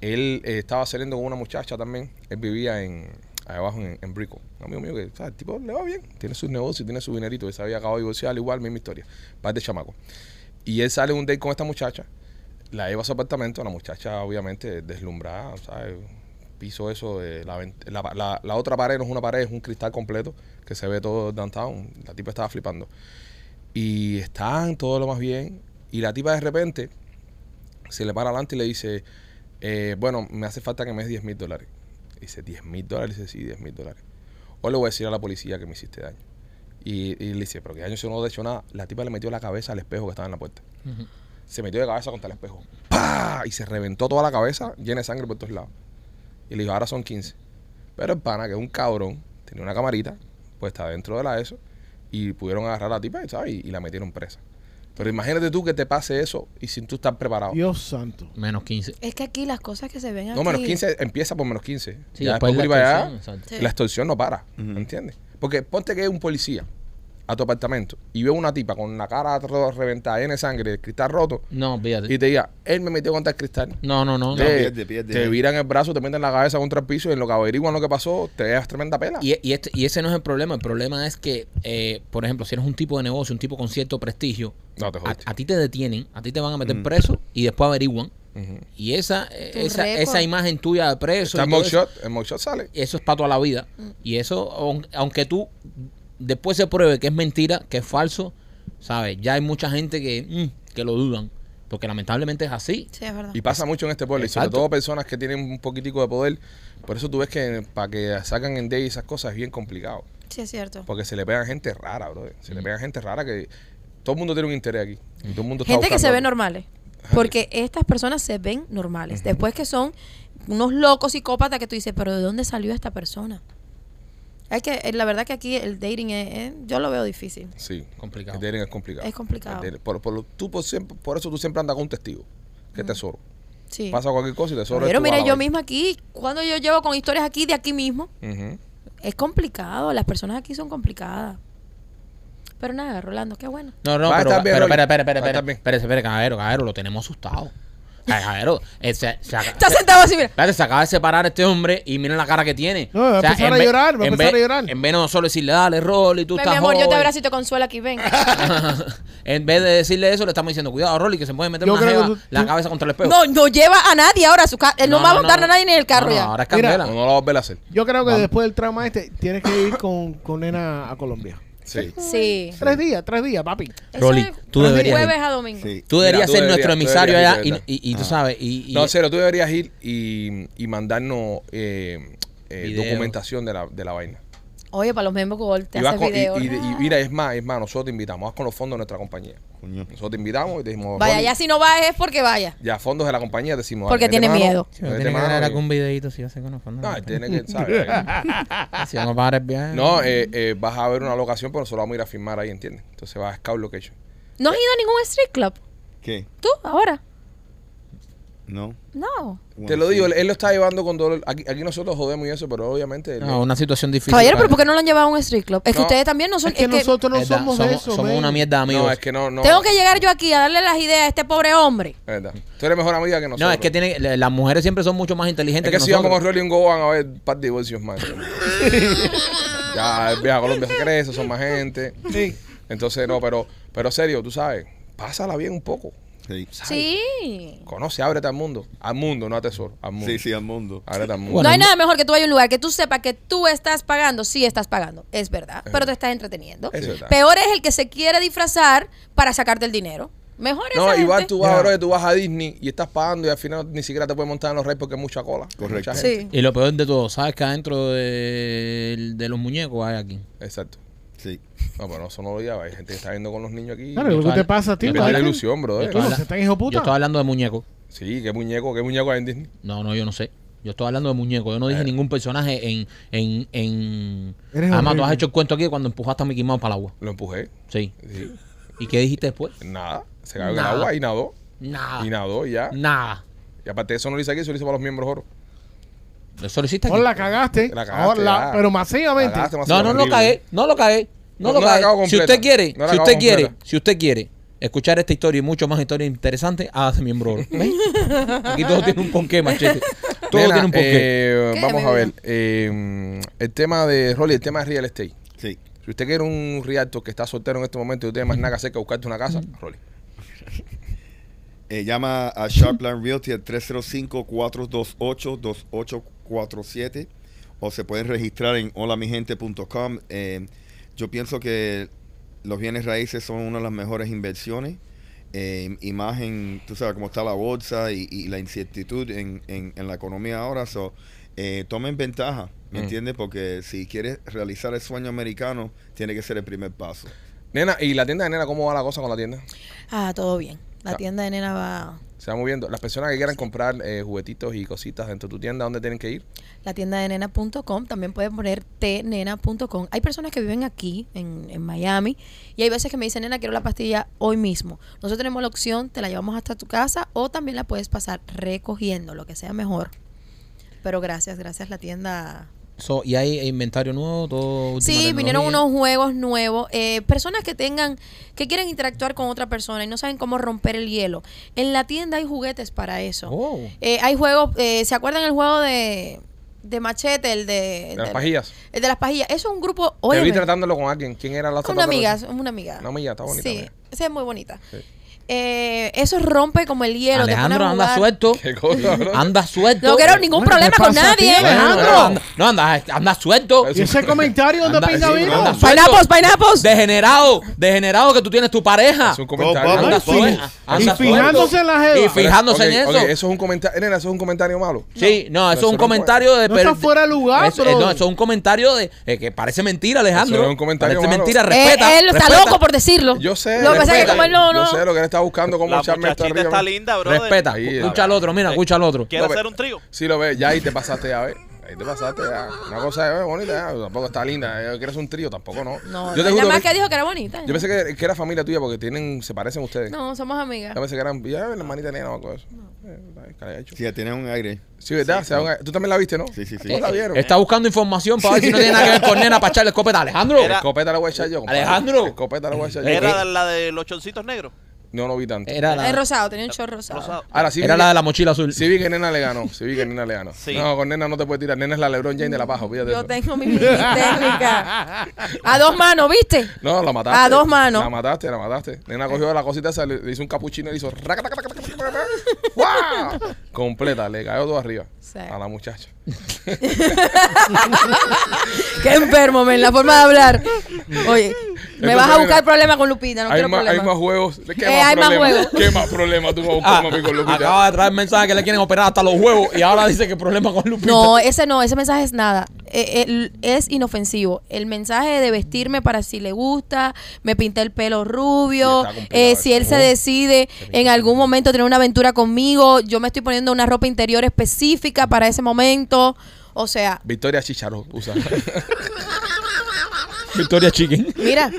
Él eh, estaba saliendo con una muchacha también. Él vivía en ahí abajo en, en Brico. Un amigo mío que, ¿sabes? El tipo le va bien. Tiene sus negocios, tiene su dinerito. Él se había acabado de divorciar, igual, misma historia. Par de chamaco. Y él sale un date con esta muchacha. La lleva a su apartamento. La muchacha, obviamente, deslumbrada, ¿sabes? Piso eso, de la, vent- la, la- la otra pared no es una pared, es un cristal completo que se ve todo downtown. La tipa estaba flipando. Y están todo lo más bien. Y la tipa de repente se le para adelante y le dice, eh, bueno, me hace falta que me des 10 mil dólares. Dice, 10 mil dólares, dice, sí, 10 mil dólares. O le voy a decir a la policía que me hiciste daño. Y, y le dice, pero que daño si yo no he hecho nada. La tipa le metió la cabeza al espejo que estaba en la puerta. Se metió de cabeza contra el espejo. ¡Pah! Y se reventó toda la cabeza llena de sangre por todos lados. Y le dijo, ahora son 15. Pero el pana, que es un cabrón, tenía una camarita puesta dentro de la ESO y pudieron agarrar a la tipa ¿sabes? Y, y la metieron presa. Pero imagínate tú que te pase eso y sin tú estar preparado.
Dios santo.
Menos 15.
Es que aquí las cosas que se ven aquí.
No, menos 15 empieza por menos 15.
Sí,
ya
después
después,
la
tú ibas allá,
extorsión, exacto.
Sí.
la extorsión no para. ¿Entiendes? Porque ponte que es un policía a tu apartamento y ve una tipa con la cara toda reventada, llena de sangre, el cristal roto
No,
y
fíjate.
te diga, él me metió contra el cristal.
No, no, no. no.
te,
pierde, pierde.
te viran el brazo, te meten la cabeza contra el piso y en lo que averiguan lo que pasó, te das tremenda pela.
Y, y este- y ese no es el problema. El problema es que, eh, por ejemplo, si eres un tipo de negocio, un tipo con cierto prestigio,
no te
a,
jodiste.
a ti te detienen, a ti te van a
Mm.
meter preso y después averiguan.
Ujú.
Y esa, eh,
Tu
esa,
récord.
esa imagen tuya de preso.
Está
y
en
todo eso,
Mugshot, en Mugshot sale.
eso es para toda la vida.
Mm.
Y eso, aun- aunque tú después se pruebe que es mentira, que es falso, ¿sabes? Ya hay mucha gente que, mm, que lo dudan. Porque lamentablemente es así.
Sí, es verdad.
Y pasa mucho en este pueblo, y
Exacto.
sobre todo personas que tienen un poquitico de poder. Por eso tú ves que para que sacan en day esas cosas es bien complicado.
Sí, es cierto.
Porque se le pegan gente rara, bro. Se
Mm.
le pegan gente rara que todo el mundo tiene un interés aquí. Y todo el mundo está
Gente que se
buscando
ve
algo.
normales. Porque estas personas se ven normales. Después que son unos locos psicópatas que tú dices, pero ¿de dónde salió esta persona? Es que eh, la verdad que aquí el dating es, es- yo lo veo difícil.
Sí.
Complicado.
El dating es complicado.
Es complicado.
El dating- por, por lo- tú por, siempre- por eso tú siempre andas con un testigo, que es tesoro.
Sí.
Pasa cualquier cosa y te sobra.
Pero
tú
mire,
vas a
yo
la
misma aquí, cuando yo llevo con historias aquí, de aquí mismo,
vaina. Ujú.
es complicado. Las personas aquí son complicadas. Pero nada, Rolando, qué bueno.
No, no,
Va a
pero,
estar bien,
pero,
Rolly.
espera, espera, espera,
Va a
espera,
estar bien.
espera, espera, caballero, caballero, lo tenemos asustado. Ay, Caballero, eh, se, se, ac-
Está
se-
sentado así, mira.
espérate, se acaba de separar este hombre y miren la cara que tiene.
No, va a empezar
en
a
vez-
llorar, va a
en
empezar
vez-
a llorar.
En vez de nosotros decirle, dale, Rolly, tú
Ven, mi
estás
amor, yo te
joven.
abrazo y te consuelo aquí, ven.
en vez de decirle eso, le estamos diciendo, cuidado, Rolly, que se puede meter
Yo
una
creo
jeva
que tú-
la
tú-
cabeza contra el espejo.
No, no lleva a nadie ahora a su carro. Él Eh, no, va a montar
no.
a nadie ni en el carro
No, no,
ya.
ahora es
Mira.
candela.
No, no lo vas a volver a hacer.
Yo creo que después del trauma este, tienes que ir con, con nena a Colombia.
Sí.
Sí.
Tres días, tres días, papi.
Eso
Rolly,
es
tú deberías ir.
jueves a domingo.
Sí.
Tú
Mira,
deberías
tú
ser
deberías-
nuestro
tú
emisario
deberías
allá
ir,
y,
de verdad.
y- y tú sabes. Y, y-
No, en serio, tú deberías ir y, y mandarnos eh, eh,
Video.
documentación de la, de la vaina.
Oye, para los miembros Gold te
y, vas
haces
con- y-
video. Ah.
y- y mira, es más, es más, nosotros te invitamos, vas con los fondos de nuestra compañía.
Coño.
Nosotros te invitamos y te decimos.
vaya,
Rolly,
ya si no vas es porque vaya.
Ya, fondos de la compañía decimos.
Porque
dale, vete
tiene
mano,
miedo.
Sí, me
vete
tiene que
mano
dar
y-
algún videito si yo sé que no fue
No,
nada.
él tiene que saber.
Si vamos a pagar el viaje.
No, eh, eh, vas a ver una locación, pero nosotros vamos a ir a firmar ahí, ¿entiendes? Entonces vas a scout location.
¿No has ido a ningún street club?
¿Qué?
¿Tú? ¿Ahora?
No.
No.
Te lo digo, él, él lo está llevando con dolor. Aquí, aquí nosotros jodemos y eso, pero obviamente. él
No,
no.
una situación difícil.
Caballero, ¿pero
padre.
por qué no lo han llevado a un street club? Es que
No.
ustedes también no son...
Es que nosotros no
Es verdad,
somos, de eso,
somos
men.
una mierda de amigos.
No, es que no. no
Tengo que llegar yo aquí a darle las ideas a este pobre hombre.
Es verdad. Tú eres mejor amiga que nosotros.
No, es que tiene, le- las mujeres siempre son mucho más
Es
inteligentes
que
que,
si vamos
nosotros.
con Rolly y un Go van a ver un par de divorcios más. ya, el viaje a Colombia se crece, son más gente.
Sí.
Entonces, no, pero, pero serio, tú sabes, pásala bien un poco.
Sí,
¿sabes?
Sí.
Conoce, ábrete al mundo. Al mundo, no a tesoro. Al mundo.
sí, sí, al mundo.
Ábrete al mundo.
Bueno,
no hay
no-
nada mejor que tú vayas a un lugar que tú sepas que tú estás pagando. Sí estás pagando, es verdad, pero
verdad.
te estás entreteniendo.
Es verdad.
Peor es el que se quiere disfrazar para sacarte el dinero. Mejor es
No,
esa
igual
gente.
tú vas,
Ya.
bro, tú vas a Disney y estás pagando y al final ni siquiera te puedes montar en los reyes porque es mucha cola.
Correcto.
Mucha gente.
Sí.
Y lo peor de todo, ¿sabes que adentro de, de los muñecos hay aquí?
Exacto.
Sí.
No, pero eso no lo digas. Hay gente que está viendo con los niños aquí.
Claro, lo que te pasa a ti,
Me
¿vale?
da la ilusión, bro.
Tú no
habla-
seas tan hijo
Yo
puta.
estaba hablando de muñecos.
Sí, qué muñeco, qué muñeco hay en Disney.
No, no, yo no sé. Yo estaba hablando de muñecos. Yo no
Eh.
dije ningún personaje en... en, en...
Eres
Además, tú has
horrible.
hecho el cuento aquí de cuando empujaste a Mickey Mouse para el agua.
Lo empujé.
Sí.
Sí.
¿Y qué dijiste después?
Nada. Se cayó en el
Nada. Ah. Mm.
agua y nadó.
Nada.
Y nadó y ya.
Nada.
Y aparte eso no lo hice aquí, eso lo hice para los miembros oro.
Eso lo hiciste aquí.
Ahora la cagaste.
La cagaste,
Ahora la-
ya.
pero masivamente.
Cagaste más
No, no lo
horrible.
cagué, no lo cagué, no
No,
lo
no la
cagué.
acabo
Si
completa,
usted quiere,
no la
si
acabo
usted quiere,
completa.
si usted quiere escuchar esta historia y mucho más historias interesantes, hágase miembro. oro. ¿Ven? Aquí todo tiene un porqué, machete. Todo
Nena,
tiene un porqué.
eh,
¿Qué,
vamos
amigo?
a ver. eh, el tema de Rolly, el tema de real estate.
Sí.
Si usted quiere un realtor que está soltero en este momento y no tiene más nada que hacer que buscarte una casa, Rolly.
Eh, llama a Sharpland Realty al 305-428-2847 o se pueden registrar en holamigente.com. Eh, yo pienso que los bienes raíces son una de las mejores inversiones. Eh, y más en, tú sabes, cómo está la bolsa y, y la incertidumbre en, en- en la economía ahora. So, eh, tomen ventaja, ¿me
Mm.
entiendes? Porque si quieres realizar el sueño americano, tiene que ser el primer paso.
Nena, ¿y la tienda de nena cómo va la cosa con la tienda?
Ah, todo bien. La
Ah.
tienda de nena va...
Se va moviendo. Las personas que quieran comprar eh, juguetitos y cositas dentro de tu tienda, ¿dónde tienen que ir?
La tienda de nena.com, también pueden poner tnena.com. Hay personas que viven aquí, en, en Miami, y hay veces que me dicen, nena, quiero la pastilla hoy mismo. Nosotros tenemos la opción, te la llevamos hasta tu casa o también la puedes pasar recogiendo, lo que sea mejor. Pero gracias, gracias la tienda.
So, y hay inventario nuevo, todo. última
Sí, vinieron
tecnología.
unos juegos nuevos. eh, personas que tengan, que quieren interactuar con otra persona y no saben cómo romper el hielo. En la tienda hay juguetes para eso.
Oh.
Eh, hay juegos, eh, ¿se acuerdan el juego de, de machete, el de...
De las
del-
pajillas.
el de las pajillas. Eso es un grupo.
Te vi
Oye,
tratándolo con alguien. ¿Quién era la otra
una
persona?
amiga, es una amiga.
Una amiga, está bonita,
Sí,
mira.
esa es muy bonita.
Sí.
Eh, eso rompe como el hielo. te pone a
Alejandro anda
jugar.
suelto.
¿Qué cosa, bro?
Anda suelto.
No quiero ningún
¿Qué te
problema con
pasa a ti,
nadie,
Bueno,
Alejandro?
anda- No, anda, anda suelto.
¿Y ese comentario de
Anda-
pinga
sí,
vino?
anda
Pineapples, pineapples.
Degenerado, degenerado que tú tienes tu pareja.
Es un comentario.
Vamos,
Anda
sí.
suel- anda
Y fijándose
suelto.
en la jeva.
Y fijándose
Ok,
en eso.
ok, eso es un comentario. Nena, eso es un comentario malo.
Sí, no, eso
Pero
es un
eso no
comentario de...
No está
per-
fuera de lugar,
eso, eh,
brother.
No, eso es un comentario de eh, que parece mentira, Alejandro.
Eso es un comentario
Parece
malo.
mentira,
Eh,
respeta.
él está
respeta,
loco por decirlo.
Yo sé.
Lo que pasa es que
respeta.
como él no, no.
Yo sé lo que él está buscando cómo
La
echarme
muchachita
esto arriba.
está linda, bro.
Respeta.
Ahí,
escucha al otro, mira,
Eh,
escucha al otro.
¿Quiere
No,
hacer
ve-
un trío?
Sí, lo ves. Ya ahí te pasaste, ya ves. ahí te pasaste ya. Una cosa es bonita, ya. tampoco está linda. eh, ¿Quieres un trío? Tampoco no.
No,
yo te
nada
juro,
más
que-
que dijo que era bonita.
yo pensé que, que era familia tuya porque tienen, se parecen ustedes.
No, somos amigas.
Yo pensé que eran, ya, la hermanita negra o algo de eso. Eh, está bien, que la haya hecho.
Sí, ya tiene un aire.
Sí, ¿verdad? Se da un- Tú también la viste, ¿no?
Sí, sí, sí.
¿Tú la vieron?
Eh, Está buscando información para ver si no tiene nada que ver con nena para echarle escopeta. Alejandro.
Era-
Escopeta la voy a echar yo. compadre.
Alejandro.
Escopeta la voy a echar yo.
Era la de los choncitos negros.
No, no vi tanto.
Era
Es
la,
rosado, tenía un short rosado.
Rosado.
Ahora sí vi
era la
que-
de la mochila azul.
Sí vi que nena le ganó, sí vi que nena le ganó.
Sí.
No, con nena no te puedes tirar, nena es la LeBron James de la paja, olvídate de
Yo
eso.
tengo mi, mi técnica. A dos manos, ¿viste?
No, la mataste.
A dos manos. Eh.
La mataste, la mataste. Nena cogió la cosita esa, le, le hizo un capuchino y le hizo... raca, raca, raca, raca, raca, raca. ¡Guau! Completa, le cayó todo arriba
Sí.
a la muchacha.
Qué enfermo, men, la forma de hablar. Oye, me
Entonces,
vas a buscar
mira,
problemas con Lupita, no
hay,
quiero
más, hay más
problemas.
juegos. ¿Qué
Eh, hay más
problema?
juegos.
¿Qué más problema tú vas a buscar,
Ah,
mami, con Lupita?
acaba de traer mensaje que le quieren operar hasta los huevos y ahora dice que problema con Lupita.
No, ese no, ese mensaje es nada. Eh, el- es inofensivo. El mensaje de vestirme para si le gusta, me pinté el pelo rubio,
Sí, está complicado
eh, si él se decide en algún momento tener una aventura conmigo, yo me estoy poniendo una ropa interior específica para ese momento. O sea,
Victoria Chicharo usa.
Victoria Chicken.
mira,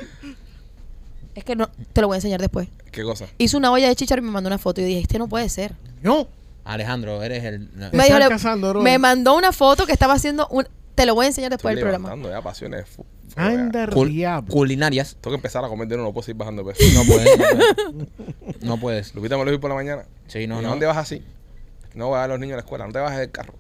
es que no, te lo voy a enseñar después.
¿Qué cosa?
Hizo una olla de chichar y me mandó una foto y yo dije, este no puede ser.
No.
Alejandro, eres el. no.
Te
Me, dijo,
están
le-
casando, bro.
me mandó una foto que estaba haciendo un... Te lo voy a enseñar después
Estoy
del programa.
levantando ya pasiones. fu- fu-
Anda,
Cul-
diablo.
culinarias.
Tengo que empezar a comer de nuevo, no puedo seguir bajando de peso.
No puedes. No puedes. No puedes.
Lupita me lo dijo por la mañana.
Sí, no,
¿Y
no.
¿A dónde vas así? No vas a los niños a la escuela, no te bajes del carro. Se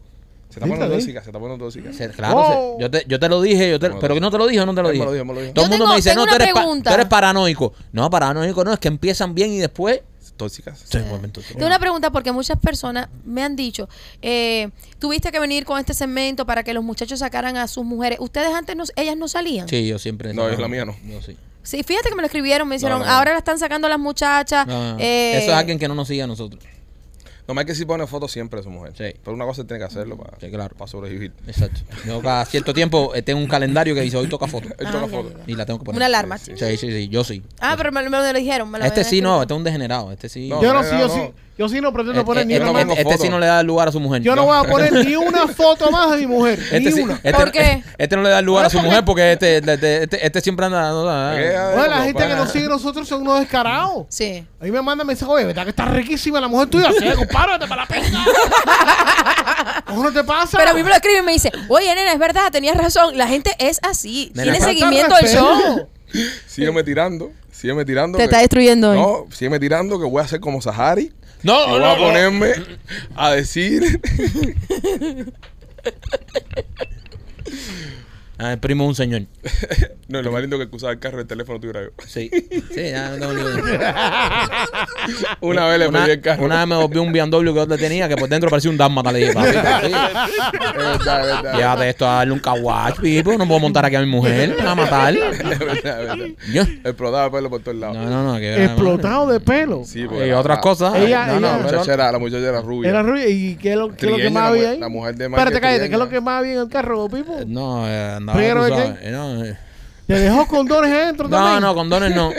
está
Dígale.
poniendo tóxica, se está poniendo tóxica.
Se- claro, se-
Wow.
yo, te, yo te lo dije, yo te-
No,
pero
no.
no te lo dije o no te lo
Él me
dije.
lo dijo, me lo dijo.
Todo
Yo
el mundo
tengo-
me dice,
tengo
no, tú
una
eres, pa-
pregunta.
tú eres paranoico. No, paranoico no, es que empiezan bien y después.
Tóxicas.
se vuelven tóxicos.
Tengo una pregunta porque muchas personas me han dicho, eh, tuviste que venir con este segmento para que los muchachos sacaran a sus mujeres. Ustedes antes, no, ellas no salían.
Sí, yo siempre.
No, yo la mía no.
Yo sí.
Sí, fíjate que me lo escribieron, me hicieron,
no, no.
ahora la están sacando las muchachas.
No, no, no.
eh,
Eso es alguien que no nos sigue a nosotros.
No, más que si pone fotos siempre de su mujer.
Sí.
Pero una cosa tiene que hacerlo para,
Sí, claro.
para sobrevivir.
Exacto. Yo cada cierto tiempo eh, tengo un calendario que dice hoy toca foto.
Él
Ah,
toca
ya,
fotos.
ya, ya.
Y la tengo que poner.
Una alarma.
Sí, sí, sí, sí, yo sí.
Ah, pero me, lo- me lo dijeron. Me lo
Este
habían
sí no,
escrito.
este es un degenerado. Este sí.
No,
Yo
no,
no, sí,
no,
yo
no.
sí, yo sí no pretendo
Eh,
poner
eh,
ni
este,
una
no
más.
pongo
este sí no le da lugar a su mujer.
Yo no voy a poner ni una foto más de mi mujer.
Este,
ni
sí-
una.
eh,
este,
¿Por qué?
este no le da lugar a su mujer porque este, este, este- este siempre anda. no, no, no.
Eh,
Bueno, la gente que
compadre.
nos sigue a nosotros son unos descarados.
Sí.
A mí me mandan mensajes, oye, ¿verdad que está riquísima la mujer tuya? Sí, compárate para la pinga. ¿Cómo no te pasa?
Pero a mí me lo escriben y me dice, oye, nena, es verdad, tenías razón. La gente es así.
Nena,
Tiene
falta
seguimiento al show.
Sígueme tirando, sígueme tirando.
Te
que-
está destruyendo hoy.
No, sígueme tirando que voy a hacer como Sahari.
No,
y voy a ponerme a decir.
Ah, el primo es un señor.
no, lo más lindo que usaba el carro el teléfono tuyo era yo.
Sí. Sí, ya no tengo ni idea.
Una vez le
Una-
pedí el carro.
Una vez me volvió un BMW que yo le tenía que por dentro parecía un Dálmata. Le dije, papi, sí,
Es verdad, es verdad.
llévate esto a darle un caguacho, pipo. No puedo montar aquí a mi mujer. Me va a matar.
Es verdad, es verdad.
Yo.
Explotaba el pelo por todos lados.
No, no, no. que-
Explotado de pelo.
Sí, porque
Y
la-
otras
la-
cosas.
Ella-
no, no,
ella-
La
pero-
muchacha era, la muchacha era rubia.
Era rubia. ¿Y qué es lo, qué es lo que
Trigueña,
más
la
había
mu-
ahí?
la mujer de Michael
Espérate, cállate. ¿Qué es
Trigueña.
lo que más había en el carro, Pipo?
No, eh, andaba.
Primero
tú
de
sabes,
qué?
eh, no, eh.
¿Te dejó condones dentro
No,
también?
no, condones no.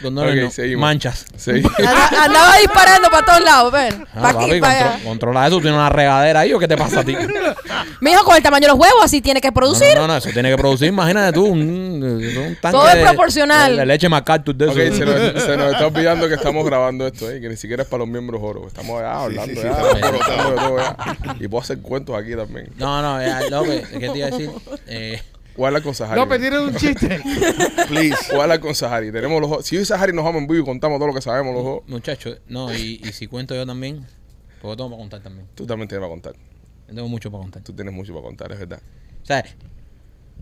Condones
Ok,
no.
seguimos.
Manchas.
Sí.
Anda- Ah, andaba disparando para todos lados, ven.
Ah,
Pa'
papi,
aquí,
contro-
pa' allá.
controla eso. Tiene una regadera ahí o qué te pasa a ti.
Mi hijo con el tamaño de los huevos, así tiene que
No,
producir.
no, no, no, eso tiene que producir. Imagínate tú, un, un tanque.
Todo es
de-
proporcional.
De, de leche MacArthur de
Ok,
eso.
se nos, se nos está olvidando que estamos grabando esto, eh, que ni siquiera es para los miembros oro. Estamos ya
Sí, sí,
hablando
sí,
ya,
estamos
estamos
cortados.
hablando de todo ya. Y puedo hacer cuentos aquí también.
No, no, ya, López, ¿qué te iba a decir? Eh,
Voy a hablar con Sahari.
No, pero tiene un chiste.
Please.
Voy a hablar con Sahari. Tenemos los dos- Si yo y Sahari nos vamos en vivo y contamos todo lo que sabemos los dos,
muchachos, no, y, y si cuento yo también, porque tengo para contar también.
tú también tienes para contar.
Tengo mucho para contar.
Tú tienes mucho para contar, es verdad.
O sea,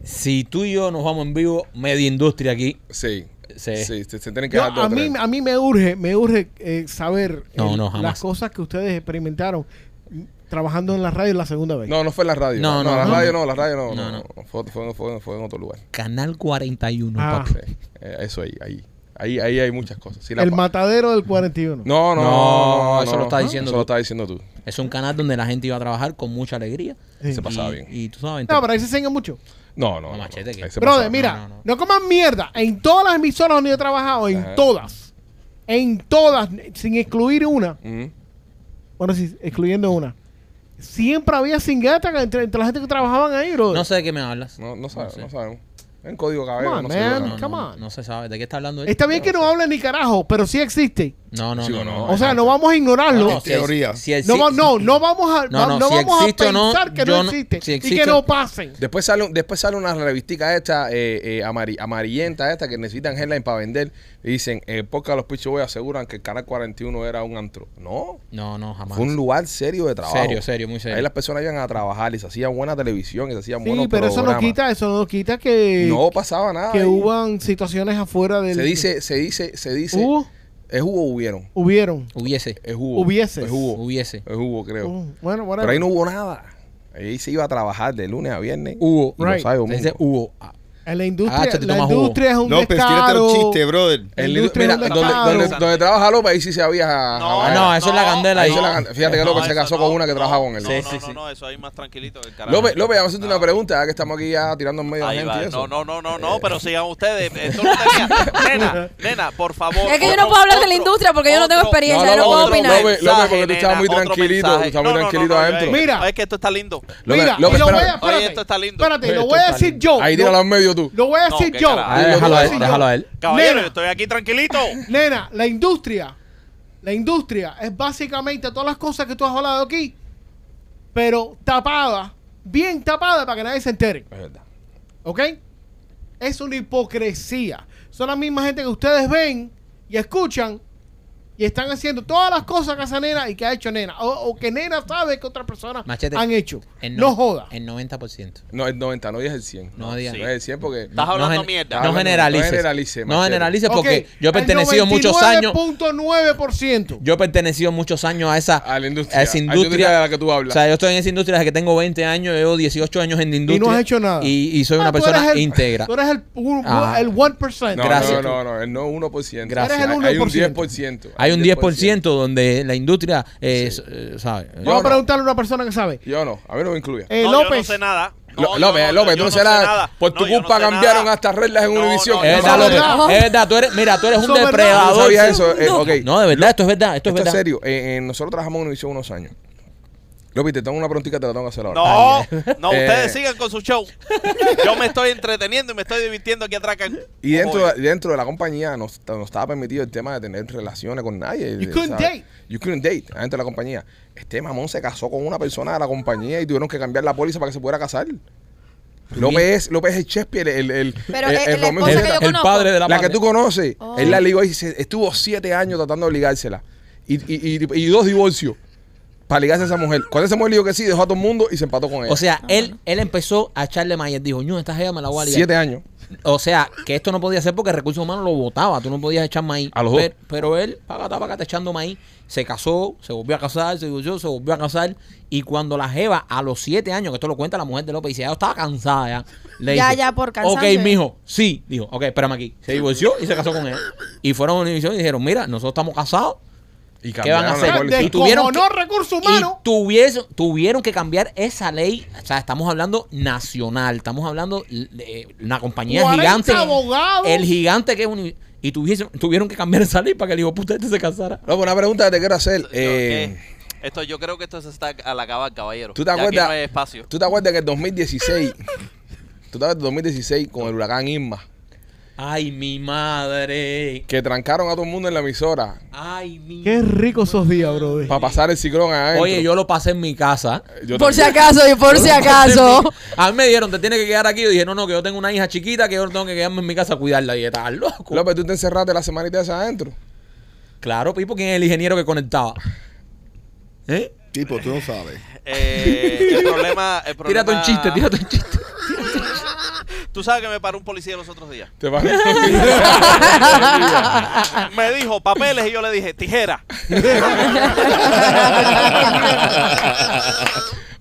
si tú y yo nos vamos en vivo, media industria aquí.
Sí.
Sí.
Sí. se, se tienen que
Yo,
dar dos
a,
o tres.
mí, a mí me urge, me urge eh, saber
No, no, jamás.
las cosas que ustedes experimentaron mm, trabajando en la radio la segunda vez.
No, no fue en la radio.
No,
No, no,
no,
la
no.
radio no, la radio
No,
no. no,
no.
no. Fue, fue- fue- fue en otro lugar.
Canal 41,
Ah.
papi.
Sí. Eh, eso ahí, ahí. Ahí, ahí hay muchas cosas. Sí, la
El
pa-
matadero del 41.
No, no,
No,
no,
eso lo está diciendo
Eso lo
tú.
está diciendo tú.
Es un canal donde la gente iba a trabajar con mucha alegría.
Sí.
Se pasaba
y,
bien.
Y tú sabes.
No, pero ahí se enseña mucho.
No, no.
No,
no,
machete,
no.
que-
Ahí se
Brother,
pasaba.
mira,
no,
no,
no, no.
coman mierda. En todas las emisoras donde yo he trabajado, en
Ajá.
todas, en todas, sin excluir una,
Mm.
bueno, sí, excluyendo una, Siempre había cingueta entre, entre la gente que trabajaban ahí, bro.
No sé de qué me hablas.
No, no, sabe-
sé.
no sabemos. En código cabello.
Come on,
no se ve
man.
nada.
Come on.
No se sabe. ¿De qué está hablando él?
Está bien que no hable ni carajo, pero sí existe.
No, no,
Chico,
no, no.
no.
O sea, no vamos a ignorarlo.
No,
No,
En teoría.
Si el-
va-
si-
no, no vamos a,
No,
no,
no, si
vamos
existe o
a
no,
pensar que
yo
no
no-
existe
si
y
existe-
que no pasen.
Después sale, un- después sale una revistica esta, eh, eh, amari- amarillenta esta, que necesitan headline para vender. Y dicen, eh, porque los Pichos Boys aseguran que el Canal 41 era un antro. No,
No, no, jamás.
fue un lugar serio de trabajo.
Serio, serio, muy serio.
Ahí las personas iban a trabajar y se hacía buena televisión y se hacían
Sí,
buenos
pero eso no
programas.
quita, eso no quita que,
No pasaba nada.
que
ahí.
hubo situaciones afuera del...
Se dice, se dice, se dice.
¿Hubo?
Es hubo, hubieron.
Hubieron.
Hubiese.
Es hubo.
Hubieses.
Es Eh, hubo.
Hubiese.
Es hubo, creo.
Uh, bueno, bueno.
Pero ahí no hubo nada. Ahí se iba a trabajar de lunes a viernes.
Uh,
Hubo.
Y no
Right.
sabe, domingo.
Ese hubo. Ah,
En la industria,
Agáchate,
la
toma jugo.
industria es un
López, tírate
descaro.
un chiste, brother.
El-
industria
mira,
es un
donde,
mercado.
donde, donde trabaja López, ahí sí se había.
Ah,
había-
no, eso es la candela,
ahí
no.
se la- Fíjate que López se
eso
casó
no,
con una que
no,
trabajaba con él.
No,
Sí,
no,
sí,
no,
sí.
no, eso ahí más tranquilito que el carajo.
López, López, vamos a hacerte
No.
una pregunta, ya que estamos aquí ya tirando en medio de
Ahí
la gente
va.
y eso. Eh.
No, no, no, no, no, pero sigan ustedes. Esto no tenía. nena, nena, por favor.
Es que yo no puedo hablar de la industria porque yo no tengo experiencia,
No, no,
yo no puedo
otro,
opinar.
López, López, porque tú estabas muy
otro
tranquilito,
mensaje.
tú estabas muy
No, no, no,
tranquilito
no,
adentro.
eh,
Mira.
Es que esto está lindo.
López,
Mira,
López,
y lo voy a...
espérate.
Espérate,
Oye, esto está lindo.
Espérate,
Esto
lo voy a
está
decir
lindo.
yo.
Ahí
lo,
tíralo al medio tú.
lo voy a
No,
decir
qué
yo.
carajo.
Ah,
Lo
déjalo
voy
a
a
él,
decir
déjalo
yo.
a él.
Caballero,
Nena. Eh,
yo estoy aquí tranquilito.
Nena, la industria, la industria es básicamente todas las cosas que tú has hablado aquí, pero tapada, bien tapada para que nadie se entere.
Es verdad.
¿Ok? Es una hipocresía. Son la misma gente que ustedes ven y escuchan y están haciendo todas las cosas que hace nena y que ha hecho nena. O, o que nena sabe que otras personas
Machete,
han hecho.
el
No, joda.
El 90%.
No, el 90, no es el 100.
No digas.
No es el 100 porque.
Estás hablando
gen-
mierda.
No generalices.
No generalices,
No
Machete.
generalices porque
Ok,
yo he
el
pertenecido muchos años.
99.9%.
Yo he pertenecido muchos años a esa,
A la industria.
a esa
A la
industria.
industria de la que tú hablas.
O sea, yo estoy en esa industria desde que tengo 20 años, llevo 18 años en la industria.
has hecho nada.
Y, y soy una
Ah, tú
persona
eres el-
íntegra.
Tú eres el, pu-
Ah.
el 1%.
No,
Gracias.
no, no, no, el no 1%.
Gracias.
Eres el
Hay un
1%.
10%.
Hay un 10% donde la industria, eh, s- eh, ¿sabe?
Yo
Vamos a
no.
preguntarle a una persona que sabe.
Yo no, a mí no me incluye.
Eh,
no, yo no
López.
sé nada. No,
Lo-
yo
López,
no-
López,
yo
tú no
sé
serás-
nada.
por tu
No, yo no
culpa
sé
cambiaron
nada.
hasta reglas en
No,
Univision. Eh.
no,
Es
yo
Eso
verdad,
es
no sé
López.
nada.
verdad.
Es verdad, tú eres, mira, tú eres
Eso
un
es verdad.
No
depredador.
sabía eso. eh, ok.
No, de verdad, esto es verdad, esto es
Esto es
verdad.
serio. Eh, eh, nosotros trabajamos en Univision unos años. López, te tengo una preguntita, te la tengo que hacer ahora.
No, no,
Eh,
ustedes sigan con su show. Yo me estoy entreteniendo y me estoy divirtiendo aquí atracan.
Y dentro, de- dentro de la compañía no, est- no estaba permitido el tema de tener relaciones con nadie. Eh,
You couldn't date.
You couldn't date dentro de la compañía. Este mamón se casó con una persona de la compañía y tuvieron que cambiar la póliza para que se pudiera casar.
Pues
López, es- López es Shakespeare, el, el,
Pero
el-
Eh,
es-
el
la
Romeo y
esposa
El,
que
Julieta.
yo
el
conozco.
padre de la,
la, que
patria.
tú conoces.
Oh.
Él la ligó y se- estuvo siete años tratando de ligársela. Y, y- y- y dos divorcios para ligarse a esa mujer. Cuando esa mujer le dijo que sí, dejó a todo el mundo y se empató con ella.
O sea, él, él empezó a echarle maíz. Dijo, no, esta jeva me la voy a liar".
siete años.
O sea, que esto no podía ser porque recursos humanos lo votaba. Tú no podías echar maíz.
A los dos.
Pero, pero él, pagata, pagata, echando maíz. Se casó, se volvió a casar, se divorció, se volvió a casar. Y cuando la jeva, a los siete años, que esto lo cuenta la mujer de López, dice, ya yo estaba cansada ya. Le
Ya,
dice,
ya, por
Ok,
cansancio, ya".
mijo, sí. Dijo, ok, espérame aquí. Se divorció y se casó con él. Y fueron a Univision y dijeron, mira, nosotros estamos casados.
Y
¿Qué van a
cambiaron la
hacer?
póliza.
De-
Y
Y tuvieron
no
que-
recursos
Y
humanos.
tuvieron, tuvieron que cambiar esa ley. O sea, estamos hablando nacional. Estamos hablando de una compañía
40
gigante.
abogados.
El gigante que es un. Y tuviesen- tuvieron que cambiar esa ley para que el hijo puta este se casara.
López, una pregunta que te quiero hacer.
Yo-
Eh,
¿qué? esto yo creo que esto se está al acabar, caballero.
¿Tú te
Ya aquí
acuerdas?
no hay espacio.
¿Tú te acuerdas que en 2016, tú te acuerdas de 2016 con el huracán Irma,
Ay, mi madre.
que trancaron a todo el mundo en la emisora
Ay, mi.
Qué rico esos días, brother.
para pasar el ciclón adentro?
Oye, yo lo pasé en mi casa.
Yo
Por si
también.
acaso, y por si acaso.
A mí me dieron, te tienes que quedar aquí. Yo dije, no, no, que yo tengo una hija chiquita que yo tengo que quedarme en mi casa a cuidarla. Y estaba loco.
López, tú te encerraste la semanita esa adentro.
Claro, Pipo, ¿quién es el ingeniero que conectaba? ¿Eh?
Tipo, tú no sabes.
Eh, el problema, el problema.
Tírate un chiste, tírate un chiste.
Tú sabes que me paró un policía los otros días.
Te paré.
Me dijo papeles y yo le dije tijera.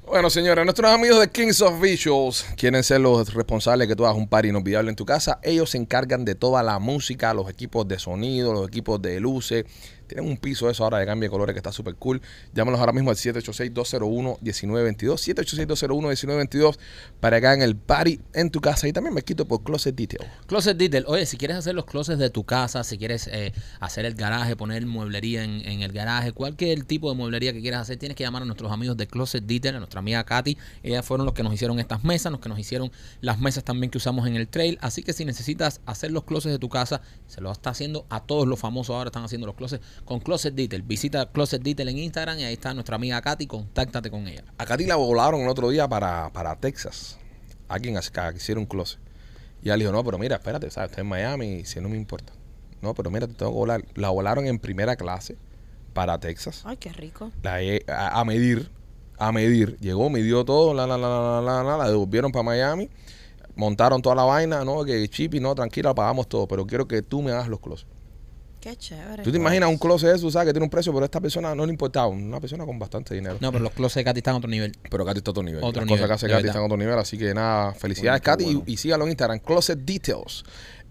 bueno, señores, nuestros amigos de Kings of Visuals quieren ser los responsables que tú hagas un par inolvidable en tu casa. Ellos se encargan de toda la música, los equipos de sonido, los equipos de luces, Tienen un piso eso ahora de cambio de colores que está súper cool. Llámanos ahora mismo al 786-201-1922. 786-201-1922 para acá en el party en tu casa. Y también me quito por Closet Detail.
Closet Detail. Oye, si quieres hacer los closets de tu casa, si quieres eh, hacer el garaje, poner mueblería en, en el garaje, cualquier tipo de mueblería que quieras hacer, tienes que llamar a nuestros amigos de Closet Detail, a nuestra amiga Katy. Ellas fueron los que nos hicieron estas mesas, los que nos hicieron las mesas también que usamos en el trail. Así que si necesitas hacer los closets de tu casa, se lo está haciendo a todos los famosos ahora están haciendo los closets con Closet Detail. Visita Closet Detail en Instagram y ahí está nuestra amiga Katy. Contáctate con ella.
A Katy la volaron el otro día para, para Texas. Alguien acá que hicieron un closet. Y ella le dijo, no, pero mira, espérate, ¿sabes? Estoy en Miami y si no me importa. No, pero mira, te tengo que volar. La volaron en primera clase para Texas.
Ay, qué rico.
La lle- a, a medir, a medir. Llegó, midió todo, la, la, la, la, la, la, la, la devolvieron para Miami. Montaron toda la vaina, no, que chipi, no, tranquila, pagamos todo, pero quiero que tú me hagas los closets.
Qué chévere.
¿Tú te imaginas un closet de eso, sabes, que tiene un precio, pero a esta persona no le importaba, una persona con bastante dinero.
No, pero los closets de Katy están a otro nivel.
Pero Katy está a otro nivel.
Otro
Las
nivel,
cosas que hace
de
Katy
verdad.
están a otro nivel, así que nada, felicidades
Bueno, qué
Katy y-
bueno.
y, sígalo en Instagram, Closet Details.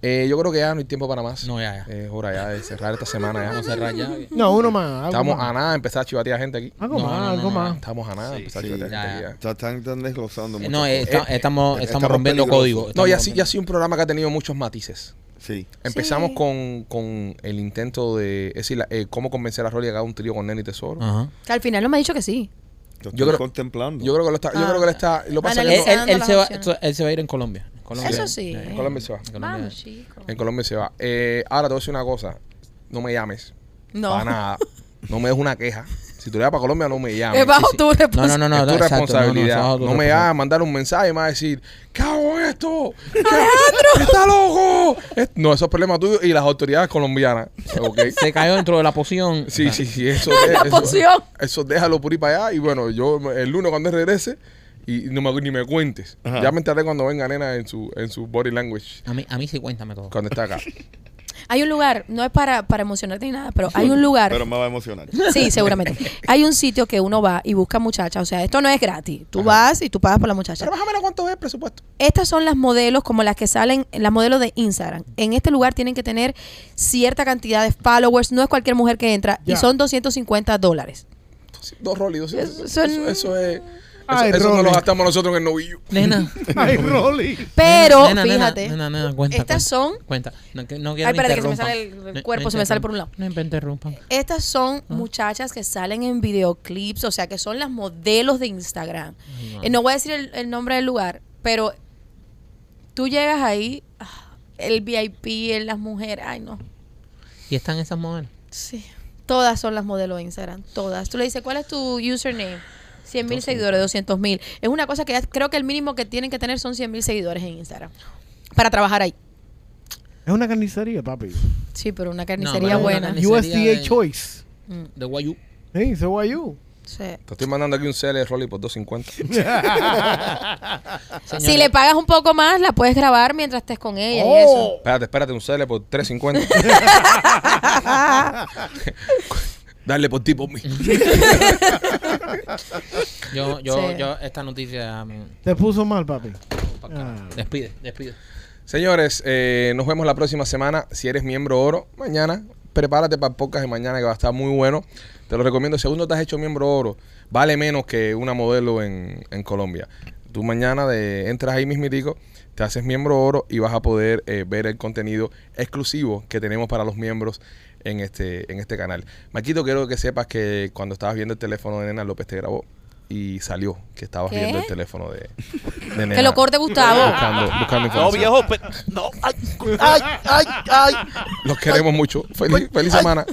Eh, yo creo que ya no hay tiempo para más. Eh,
No, ya, ya.
Es hora ya de cerrar esta semana ya.
Vamos a cerrar ya.
No, uno más. algo
Estamos
más.
a nada de empezar a chivatear gente aquí.
Algo
No,
más,
no, no,
algo
no,
más.
Estamos a nada de empezar
Sí,
a chivatear
ya,
gente
ya.
aquí. ya.
Está- Están, están desglosando mucho.
No, eh, está-
Eh,
estamos, estamos
estamos
rompiendo
peligrosos.
código.
No,
Estamos
y así, y
rompiendo-
así un programa que ha tenido muchos matices.
Sí.
Empezamos
Sí.
con, con el intento de, es decir, la- eh, cómo convencer a Rolly a haga un trío con Nene y Tesoro.
Ajá.
Que al final no me ha dicho que sí.
Te
Yo
estoy
creo-
contemplando.
Yo creo que lo está, yo
Ah.
creo que lo está, lo pasa que
Él,
no-
Analizando.
él- él
las
se va,
opciones.
él se va a ir en Colombia. En Colombia.
Eso sí.
En
Colombia se va.
En Colombia.
Vamos, chicos.
en Colombia se va. Eh, ahora te voy a decir una cosa, no me llames.
No.
Para nada. No me des una queja. Si tú le vas para Colombia, no me llames.
Es bajo
Sí, sí.
tu
No, no,
responsabilidad.
no, no.
es tu
exacto, no, no,
responsabilidad.
eso
No,
es tu
me
responsabilidad.
vas a mandar un mensaje y me vas a decir, ¡Cabo esto! ¡Alejandro! ¡Está loco! Es- no, eso es problema tuyo y las autoridades colombianas. Ok.
Se cayó dentro de la poción.
Sí, sí, sí, eso,
La
eso-
poción.
eso déjalo por ir para allá y bueno, yo el lunes cuando regrese y no me, ni me cuentes.
Ajá.
Ya me enteré cuando venga nena en su en su body language
A mí, a mí sí, cuéntame todo.
cuando está acá.
Hay un lugar, no es para, para emocionarte ni nada, pero hay un lugar.
Pero me va a emocionar.
Sí, seguramente. Hay un sitio que uno va y busca muchachas. O sea, esto no es gratis. Tú vas y tú pagas por la muchacha.
Pero más o menos cuánto es el presupuesto.
Estas son las modelos como las que salen, las modelos de Instagram. En este lugar tienen que tener cierta cantidad de followers. No es cualquier mujer que entra. Y
Ya.
son 250 dólares.
Dos rolis, dos
Eso-
eso, eso, es.
Ay,
eso eso no
Rolly.
lo gastamos nosotros en el novillo.
Nena.
Ay, Rolly.
Pero,
Nena, nena,
fíjate,
Nena, nena, cuenta.
estas
cuenta,
son-
Cuenta. No, que- no
Ay,
quiero
espérate, que se me
interrumpan.
sale el- el
No-
cuerpo,
no
se me sale por un lado.
interrumpan. No me interrumpan.
estas son
Ah.
muchachas que salen en videoclips, o sea, que son las modelos de Instagram. Eh, no voy a decir el, el nombre del lugar, pero tú llegas ahí, ah, el VIP, el- las mujeres, ay no.
Y están esas modelos.
Sí. Todas son las modelos de Instagram, todas. Tú le dices, ¿cuál es tu username? 100 mil seguidores, 200 mil. Es una cosa que ya creo que el mínimo que tienen que tener son 100 mil seguidores en Instagram para trabajar ahí.
Es una carnicería, papi.
Sí, pero una
pero
carnicería
es una
buena.
carnicería.
USDA
de-
Choice.
De Guayú.
Hey, so are you.
Sí.
Te estoy mandando aquí un CL de Rolly por 250.
Señores,
Si le pagas un poco más, la puedes grabar mientras estés con ella y eso.
Oh,
espérate, espérate, un CL por 350. Dale por ti por mí.
Yo, yo,
Sí.
yo, esta noticia. me-
Te puso mal, papi. Ah.
Despide, despide.
Señores, eh, nos vemos la próxima semana. Si eres miembro oro, mañana prepárate para el podcast de mañana que va a estar muy bueno. Te lo recomiendo. Si aún no te has hecho miembro oro, vale menos que una modelo en, en Colombia. Tú mañana de- entras ahí mismitico, te haces miembro oro y vas a poder eh, ver el contenido exclusivo que tenemos para los miembros en este, en este canal. Maquito, quiero que sepas que cuando estabas viendo el teléfono de Nena López te grabó y salió que estabas
¿Qué?
viendo el teléfono de, de Nena.
Que lo corte Gustavo.
Buscando, buscando
No,
información.
viejo, pe- no. Ay, ay, ay, ay.
Los queremos mucho. Feliz, feliz semana.